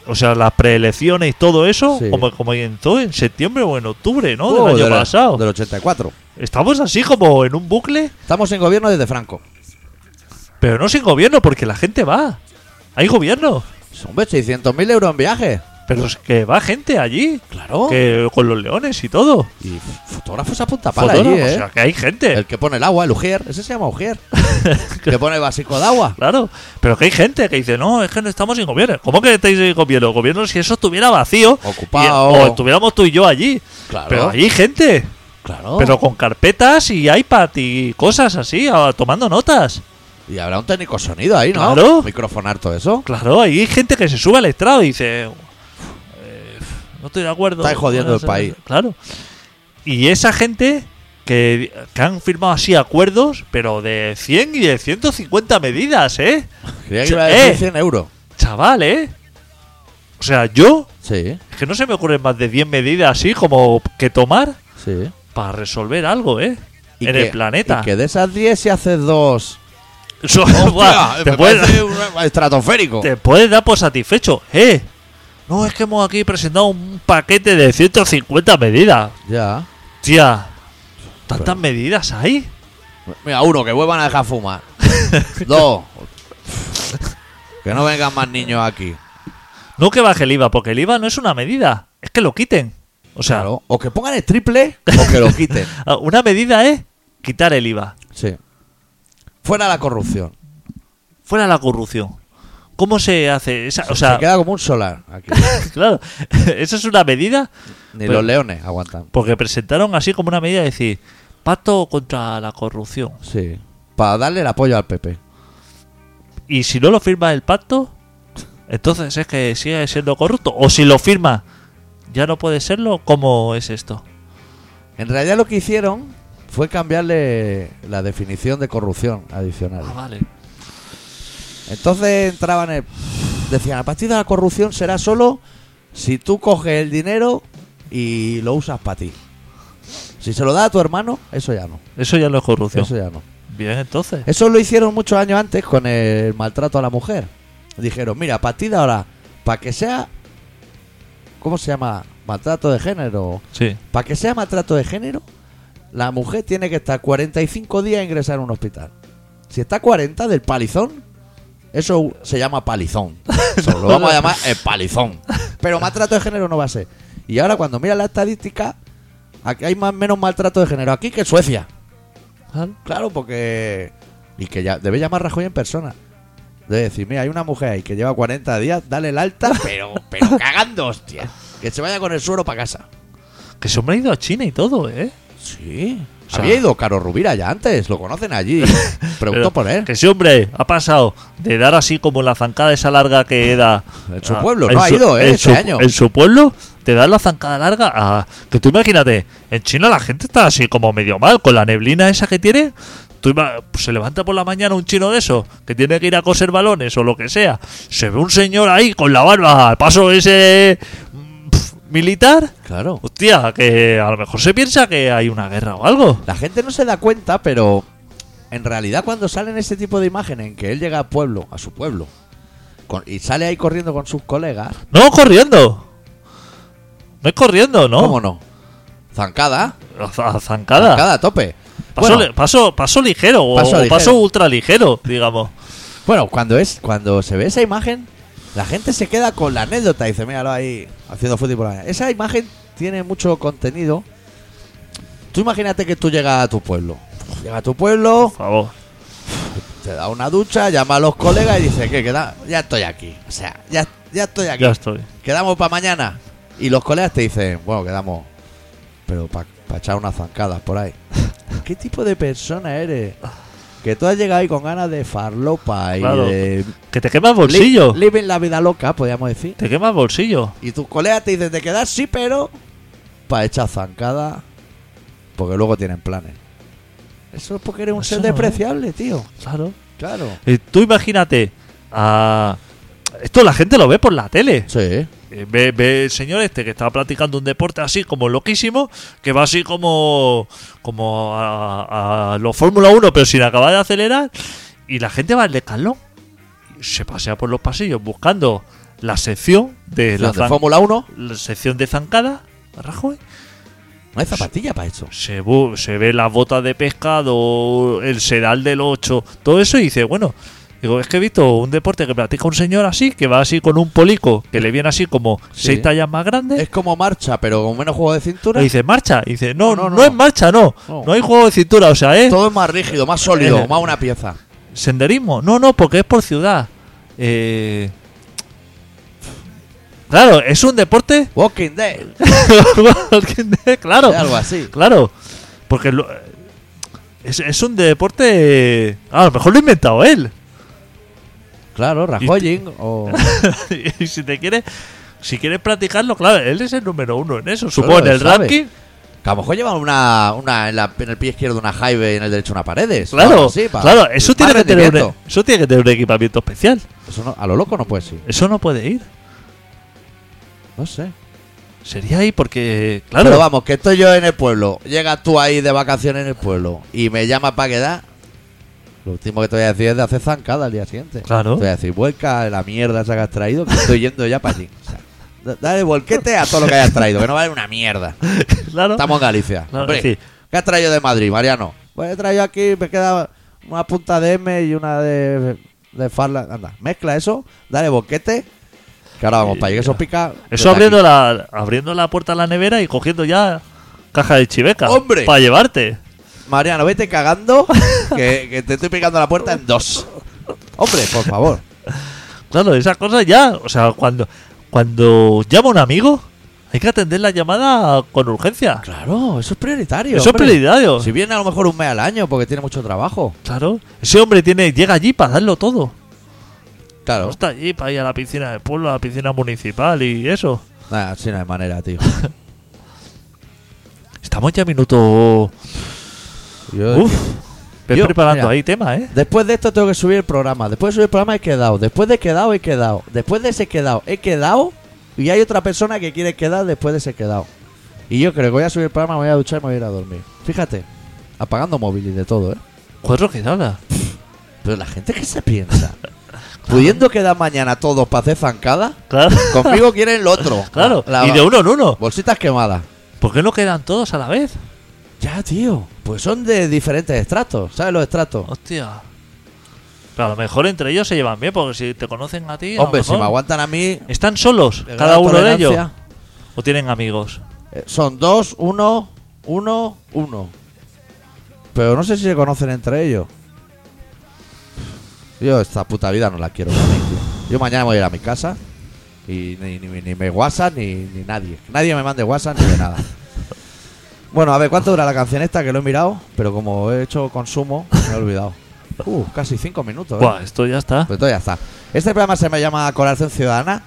[SPEAKER 2] o sea, las preelecciones y todo eso,
[SPEAKER 1] Sí.
[SPEAKER 2] como, como empezó en septiembre o en octubre, ¿no?
[SPEAKER 1] Oh,
[SPEAKER 2] del año
[SPEAKER 1] de la-
[SPEAKER 2] pasado.
[SPEAKER 1] Del 84.
[SPEAKER 2] Estamos así como en un bucle,
[SPEAKER 1] Estamos en gobierno desde Franco.
[SPEAKER 2] pero no sin gobierno, porque la gente va. Hay gobierno.
[SPEAKER 1] Hombre, 600.000 euros en viaje.
[SPEAKER 2] Pero es que va gente allí.
[SPEAKER 1] Claro.
[SPEAKER 2] Que con los leones y todo.
[SPEAKER 1] Y f- fotógrafos a punta pala allí,
[SPEAKER 2] Fotógrafos,
[SPEAKER 1] ¿eh?
[SPEAKER 2] O sea, que hay gente.
[SPEAKER 1] El que pone el agua, el ujier. Ese se llama ujier. que pone el básico de agua.
[SPEAKER 2] Claro, pero que hay gente que dice, no, es que no estamos sin gobierno. ¿Cómo que estáis sin gobierno? Gobierno si eso estuviera vacío.
[SPEAKER 1] Ocupado.
[SPEAKER 2] y- o estuviéramos tú y yo allí.
[SPEAKER 1] Claro.
[SPEAKER 2] Pero hay gente.
[SPEAKER 1] Claro.
[SPEAKER 2] Pero con carpetas y iPad y cosas así, a- tomando notas.
[SPEAKER 1] Y habrá un técnico sonido ahí, ¿no?
[SPEAKER 2] Claro.
[SPEAKER 1] Microfonar todo eso.
[SPEAKER 2] Claro, hay gente que se sube al estrado y dice, "Eh, no estoy de acuerdo.
[SPEAKER 1] Estáis jodiendo el país.
[SPEAKER 2] Claro. Y esa gente que, que han firmado así acuerdos, pero de 100 y de 150 medidas, ¿eh?
[SPEAKER 1] Creía que iba a decir
[SPEAKER 2] Eh.
[SPEAKER 1] 100 euros.
[SPEAKER 2] Chaval, ¿eh? O sea, yo
[SPEAKER 1] Sí,
[SPEAKER 2] Es que no se me ocurren más de 10 medidas así como que tomar
[SPEAKER 1] sí.
[SPEAKER 2] para resolver algo, ¿eh?
[SPEAKER 1] Y
[SPEAKER 2] en
[SPEAKER 1] que-
[SPEAKER 2] el planeta.
[SPEAKER 1] Y que de esas 10 si haces dos...
[SPEAKER 2] Eso- Buah,
[SPEAKER 1] Hostia,
[SPEAKER 2] te,
[SPEAKER 1] me
[SPEAKER 2] puedes,
[SPEAKER 1] parece un- estratosférico.
[SPEAKER 2] te puedes dar por satisfecho, ¿eh? No, es que hemos aquí presentado un paquete de 150 medidas.
[SPEAKER 1] Ya.
[SPEAKER 2] Tía, ¿tantas medidas hay?
[SPEAKER 1] Mira, uno, que vuelvan a dejar fumar. Dos. Que no vengan más niños aquí.
[SPEAKER 2] No que baje el IVA, porque el IVA no es una medida, es que lo quiten. O sea,
[SPEAKER 1] Claro. O que pongan el triple o que lo quiten.
[SPEAKER 2] ah, una medida es quitar el IVA.
[SPEAKER 1] Sí. Fuera la corrupción.
[SPEAKER 2] Fuera la corrupción. ¿Cómo se hace esa? O sea,
[SPEAKER 1] Se queda como un solar aquí.
[SPEAKER 2] claro, eso es una medida
[SPEAKER 1] Ni
[SPEAKER 2] Pero-
[SPEAKER 1] los leones aguantan.
[SPEAKER 2] Porque presentaron así como una medida de decir, pacto contra la corrupción.
[SPEAKER 1] Sí. Para darle el apoyo al PP.
[SPEAKER 2] Y si no lo firma el pacto, entonces es que sigue siendo corrupto. O si lo firma, ya no puede serlo. ¿Cómo es esto?
[SPEAKER 1] En realidad lo que hicieron fue cambiarle la definición de corrupción adicional.
[SPEAKER 2] Ah, vale.
[SPEAKER 1] Entonces entraban en el- Decían, a partir de la corrupción será solo si tú coges el dinero y lo usas para ti. Si se lo da a tu hermano, eso ya no.
[SPEAKER 2] Eso ya no es corrupción.
[SPEAKER 1] Eso ya no.
[SPEAKER 2] Bien, entonces.
[SPEAKER 1] Eso lo hicieron muchos años antes con el maltrato a la mujer. Dijeron, mira, a partir de ahora, para que sea... ¿Cómo se llama? Maltrato de género.
[SPEAKER 2] Sí.
[SPEAKER 1] Para que sea maltrato de género, la mujer tiene que estar 45 días ingresada en un hospital. Si está 40 del palizón, eso se llama palizón. Eso lo vamos a llamar el palizón. Pero maltrato de género no va a ser. Y ahora cuando miras la estadística, aquí hay más menos maltrato de género aquí que en Suecia. Claro, porque... Y que ya debe llamar Rajoy en persona. Debe decir, mira, hay una mujer ahí que lleva 40 días, dale el alta, pero, pero cagando, hostia. Que se vaya con el suero para casa.
[SPEAKER 2] Que se me ha ido a China y todo, ¿eh?
[SPEAKER 1] Sí.
[SPEAKER 2] O sea-
[SPEAKER 1] Había ido Caro Rubira ya antes, lo conocen allí. Preguntó
[SPEAKER 2] Pero
[SPEAKER 1] por él.
[SPEAKER 2] Que ese hombre ha pasado de dar así como la zancada esa larga que da.
[SPEAKER 1] En su
[SPEAKER 2] a-
[SPEAKER 1] pueblo,
[SPEAKER 2] en
[SPEAKER 1] no ha
[SPEAKER 2] su-
[SPEAKER 1] ido, ¿eh?
[SPEAKER 2] en
[SPEAKER 1] Este
[SPEAKER 2] su-
[SPEAKER 1] año.
[SPEAKER 2] En su pueblo te dan la zancada larga a. Que tú imagínate, en China la gente está así como medio mal, con la neblina esa que tiene. Tú ima- pues se levanta por la mañana un chino de eso, que tiene que ir a coser balones o lo que sea. Se ve un señor ahí con la barba, al paso ese. mm, pf, militar.
[SPEAKER 1] Claro.
[SPEAKER 2] Hostia, que a lo mejor se piensa que hay una guerra o algo.
[SPEAKER 1] La gente no se da cuenta, pero en realidad cuando salen ese tipo de imágenes en que él llega al pueblo, a su pueblo, con- y sale ahí corriendo con sus colegas,
[SPEAKER 2] No, corriendo. No es corriendo, ¿no?
[SPEAKER 1] ¿cómo no? Zancada,
[SPEAKER 2] A za- a zancada.
[SPEAKER 1] zancada a tope.
[SPEAKER 2] Paso,
[SPEAKER 1] Bueno,
[SPEAKER 2] li- paso- paso ligero o-
[SPEAKER 1] Paso
[SPEAKER 2] o,
[SPEAKER 1] ligero.
[SPEAKER 2] paso ultra ligero, digamos.
[SPEAKER 1] bueno, cuando es cuando se ve esa imagen, la gente se queda con la anécdota y dice, míralo ahí haciendo fútbol por la mañana". Esa imagen tiene mucho contenido. Tú imagínate que tú llegas a tu pueblo. Llega a tu pueblo,
[SPEAKER 2] Por favor.
[SPEAKER 1] Se da una ducha, llama a los colegas y dice que queda, ya estoy aquí. O sea, ya, ya estoy aquí.
[SPEAKER 2] Ya estoy.
[SPEAKER 1] Quedamos para mañana. Y los colegas te dicen, bueno, quedamos. Pero para echar unas zancadas por ahí. ¿Qué tipo de persona eres? Que tú has llegado ahí con ganas de farlopa y
[SPEAKER 2] Claro.
[SPEAKER 1] de
[SPEAKER 2] Que te quemas bolsillo.
[SPEAKER 1] li- living la vida loca, podríamos decir.
[SPEAKER 2] Te quemas bolsillo.
[SPEAKER 1] Y tus colegas te dicen de quedar, sí, pero para echar zancadas. Porque luego tienen planes. Eso es porque eres un
[SPEAKER 2] Eso
[SPEAKER 1] ser
[SPEAKER 2] no, ¿eh?
[SPEAKER 1] despreciable, tío.
[SPEAKER 2] Claro.
[SPEAKER 1] Claro.
[SPEAKER 2] tú imagínate a, ah, Esto la gente lo ve por la tele.
[SPEAKER 1] Sí.
[SPEAKER 2] Eh, Ve, ve el señor este que está practicando un deporte así como loquísimo, que va así como, como a, a los Fórmula 1, pero sin acabar de acelerar. Y la gente va al decalón. Y Se pasea por los pasillos buscando la sección de la,
[SPEAKER 1] Los de
[SPEAKER 2] zan-
[SPEAKER 1] Fórmula 1
[SPEAKER 2] la sección de zancada. Rajoy.
[SPEAKER 1] no hay zapatilla para eso.
[SPEAKER 2] Se, bu- se ve las botas de pescado, el sedal del 8, todo eso y dice, bueno, digo, es que he visto un deporte que practica un señor así, que va así con un polico, que le viene así como
[SPEAKER 1] Sí.
[SPEAKER 2] seis tallas más grande.
[SPEAKER 1] Es como marcha, pero con menos juego de cintura.
[SPEAKER 2] Y dice, marcha. Y dice, no,
[SPEAKER 1] No,
[SPEAKER 2] no,
[SPEAKER 1] no,
[SPEAKER 2] no,
[SPEAKER 1] no.
[SPEAKER 2] es marcha, no.
[SPEAKER 1] No.
[SPEAKER 2] no. hay juego de cintura, o sea, es
[SPEAKER 1] Todo es más rígido, más sólido,
[SPEAKER 2] Eh.
[SPEAKER 1] más una pieza.
[SPEAKER 2] senderismo. No, no, porque es por ciudad. Eh, Claro, es un deporte.
[SPEAKER 1] Walking Dead.
[SPEAKER 2] claro.
[SPEAKER 1] Algo así.
[SPEAKER 2] Claro, porque lo- es, es un deporte. A lo mejor lo ha inventado él.
[SPEAKER 1] Claro, Rajoying o.
[SPEAKER 2] y si te quieres, si quieres practicarlo, claro, él es el número uno en eso. Supongo
[SPEAKER 1] Claro,
[SPEAKER 2] en el
[SPEAKER 1] sabe.
[SPEAKER 2] ranking.
[SPEAKER 1] Que a lo mejor lleva una, una en, la- en el pie izquierdo una jaibe y en el derecho una paredes.
[SPEAKER 2] Claro,
[SPEAKER 1] Sí,
[SPEAKER 2] claro, eso tiene, que tener un, eso tiene que tener un equipamiento especial.
[SPEAKER 1] Eso no- a lo loco no puede ser.
[SPEAKER 2] Eso no puede ir.
[SPEAKER 1] No sé.
[SPEAKER 2] Sería ahí porque, claro,
[SPEAKER 1] Pero vamos, que estoy yo en el pueblo. Llegas tú ahí de vacaciones en el pueblo y me llamas para quedar. Lo último que te voy a decir es de hacer zancada al día siguiente.
[SPEAKER 2] Claro.
[SPEAKER 1] Te voy a decir, vuelca la mierda esa que has traído, que estoy yendo ya para allí. O sea, da- dale volquete a todo lo que hayas traído, que no vale una mierda.
[SPEAKER 2] claro,
[SPEAKER 1] Estamos en Galicia.
[SPEAKER 2] Claro,
[SPEAKER 1] Hombre,
[SPEAKER 2] sí.
[SPEAKER 1] ¿Qué has traído de Madrid, Mariano? Pues he traído aquí, me queda una punta de M y una de, de farla. Anda, mezcla eso, dale boquete. Que ahora vamos para allí, que eso pica. desde
[SPEAKER 2] Eh, eso abriendo la, abriendo la puerta a la nevera y cogiendo ya caja de chiveca
[SPEAKER 1] ¡Hombre!
[SPEAKER 2] para llevarte.
[SPEAKER 1] aquí. Mariano, vete cagando, que, que te estoy picando la puerta en dos. Hombre, por favor.
[SPEAKER 2] Claro, esas cosas ya, o sea, cuando, cuando llama un amigo, hay que atender la llamada con urgencia.
[SPEAKER 1] Claro, eso es prioritario.
[SPEAKER 2] Eso es
[SPEAKER 1] hombre.
[SPEAKER 2] prioritario.
[SPEAKER 1] Si viene a lo mejor un mes al año porque tiene mucho trabajo.
[SPEAKER 2] Claro, ese hombre tiene, llega allí para darlo todo. No
[SPEAKER 1] Claro.
[SPEAKER 2] está allí para ir a la piscina del pueblo, a la piscina municipal y eso.
[SPEAKER 1] Nah, así no hay manera, tío.
[SPEAKER 2] Estamos ya a minuto.
[SPEAKER 1] Yo-
[SPEAKER 2] Uf, ves
[SPEAKER 1] Yo,
[SPEAKER 2] preparando
[SPEAKER 1] mira.
[SPEAKER 2] ahí tema, ¿eh?
[SPEAKER 1] Después de esto tengo que subir el programa. Después de subir el programa he quedado. Después de quedado he quedado. Después de ese quedado he quedado. Y hay otra persona que quiere quedar después de ese quedado. Y yo creo que voy a subir el programa, me voy a duchar y me voy a ir a dormir. Fíjate, apagando móvil y de todo, ¿eh?
[SPEAKER 2] Cuatro quedadas.
[SPEAKER 1] Pero la gente que se piensa. Pudiendo quedar mañana todos para hacer zancada,
[SPEAKER 2] Claro,
[SPEAKER 1] conmigo quieren lo otro.
[SPEAKER 2] claro.
[SPEAKER 1] La-
[SPEAKER 2] y de uno en uno.
[SPEAKER 1] Bolsitas quemadas.
[SPEAKER 2] ¿Por qué no quedan todos a la vez?
[SPEAKER 1] Ya, tío. Pues son de diferentes estratos, ¿sabes? Los estratos.
[SPEAKER 2] Hostia. Pero a lo mejor entre ellos se llevan bien, porque si te conocen a ti. a lo
[SPEAKER 1] Hombre, si
[SPEAKER 2] mejor-
[SPEAKER 1] me aguantan a mí,
[SPEAKER 2] ¿Están solos
[SPEAKER 1] le
[SPEAKER 2] cada
[SPEAKER 1] gano
[SPEAKER 2] uno de ellos?
[SPEAKER 1] tolerancia.
[SPEAKER 2] ¿O tienen amigos?
[SPEAKER 1] Eh, Son dos, uno, uno, uno. Pero no sé si se conocen entre ellos. Yo esta puta vida no la quiero. para mí, tío. Yo mañana me voy a ir a mi casa y ni, ni- ni me WhatsApp ni, ni nadie. Nadie me mande WhatsApp ni de nada. Bueno, a ver, ¿cuánto dura la canción esta? Que lo he mirado, pero como he hecho consumo, me he olvidado. Uh, casi cinco minutos. ¿eh?
[SPEAKER 2] Buah, esto ya está.
[SPEAKER 1] Pues todo ya está. Este programa se me llama Colación Ciudadana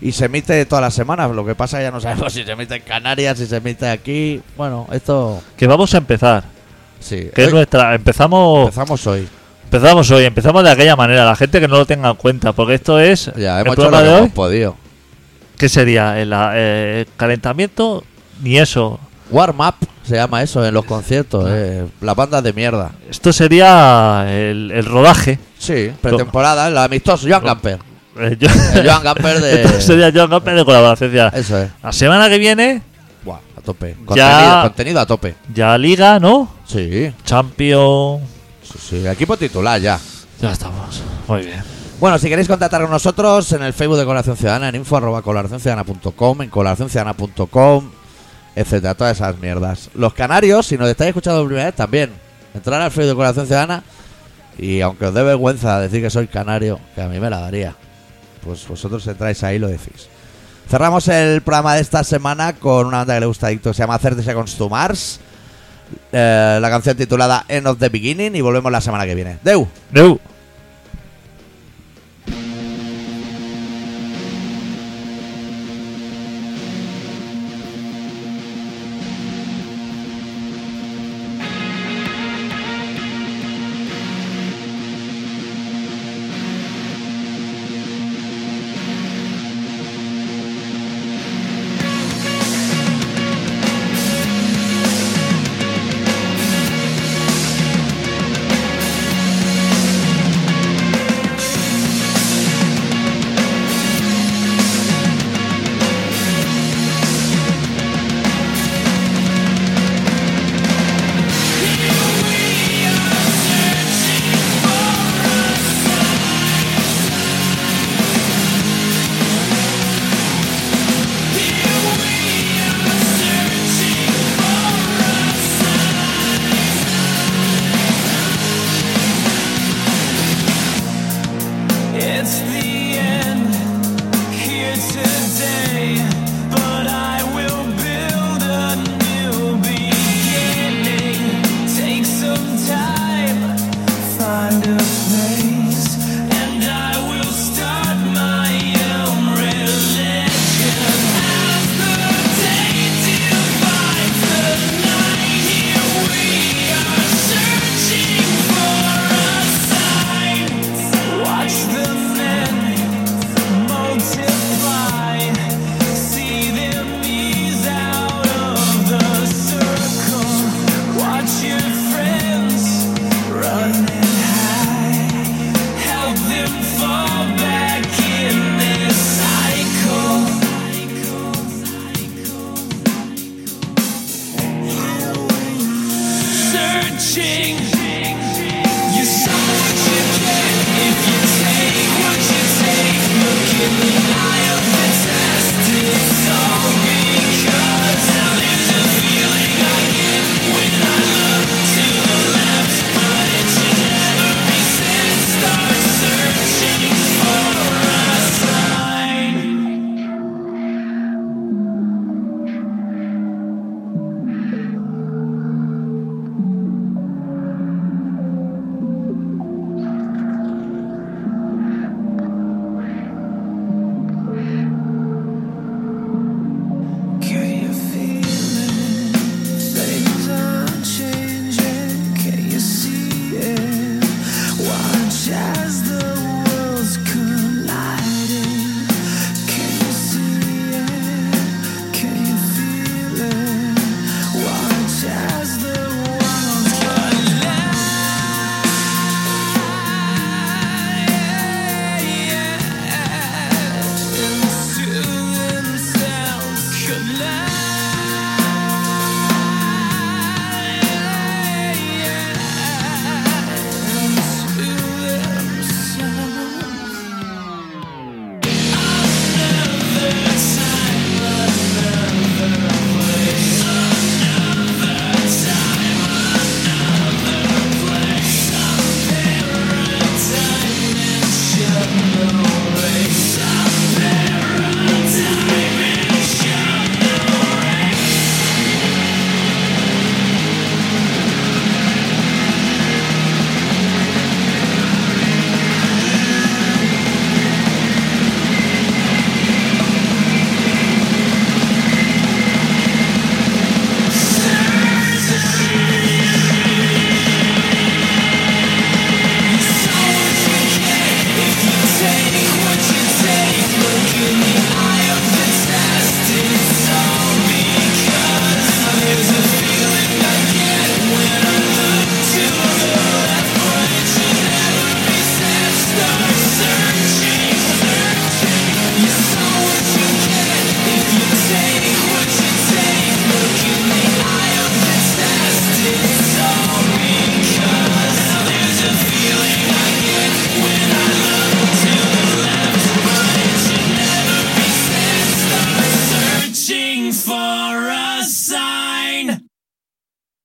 [SPEAKER 1] y se emite todas las semanas. Lo que pasa ya no
[SPEAKER 2] pues,
[SPEAKER 1] sabemos si se emite en Canarias, si se emite aquí. Bueno, esto
[SPEAKER 2] Que vamos a empezar.
[SPEAKER 1] sí.
[SPEAKER 2] Que es
[SPEAKER 1] Hoy
[SPEAKER 2] nuestra. Empezamos.
[SPEAKER 1] empezamos hoy.
[SPEAKER 2] Empezamos hoy, empezamos de aquella manera, la gente que no lo tenga en cuenta, porque esto es
[SPEAKER 1] Ya
[SPEAKER 2] el
[SPEAKER 1] hemos hecho lo
[SPEAKER 2] programa
[SPEAKER 1] que
[SPEAKER 2] de
[SPEAKER 1] hemos
[SPEAKER 2] hoy.
[SPEAKER 1] podido.
[SPEAKER 2] ¿Qué sería? El, ah, eh, calentamiento ni eso.
[SPEAKER 1] Warm up se llama eso en los conciertos,
[SPEAKER 2] Ah.
[SPEAKER 1] eh, las bandas de mierda.
[SPEAKER 2] Esto sería el, el rodaje.
[SPEAKER 1] Sí, pretemporada, el amistoso, Joan Gamper.
[SPEAKER 2] Eh, yo-
[SPEAKER 1] El Joan Gamper de-
[SPEAKER 2] Esto sería Joan Gamper de colaboración. Ya.
[SPEAKER 1] Eso es.
[SPEAKER 2] La semana que viene,
[SPEAKER 1] Buah, a tope. Contenido,
[SPEAKER 2] Ya.
[SPEAKER 1] contenido a tope.
[SPEAKER 2] ya Liga, ¿no?
[SPEAKER 1] Sí,
[SPEAKER 2] Champion.
[SPEAKER 1] sí, sí. Equipo titular ya.
[SPEAKER 2] Ya estamos. Muy bien.
[SPEAKER 1] Bueno, si queréis contactar con nosotros en el Facebook de Colaboración Ciudadana, en info arroba colaboracionciudadana.com, en colaboracionciudadana.com, etcétera, todas esas mierdas. Los canarios, si nos estáis escuchando por primera vez, también entrar al Facebook de Colaboración Ciudadana y aunque os dé vergüenza decir que soy canario, que a mí me la daría, pues vosotros entráis ahí y lo decís. Cerramos el programa de esta semana con una banda que le gusta a Dicto, se llama Hacerte con Stu Mars, eh, la canción titulada End of the Beginning y volvemos la semana que viene. Deu.
[SPEAKER 2] Deu.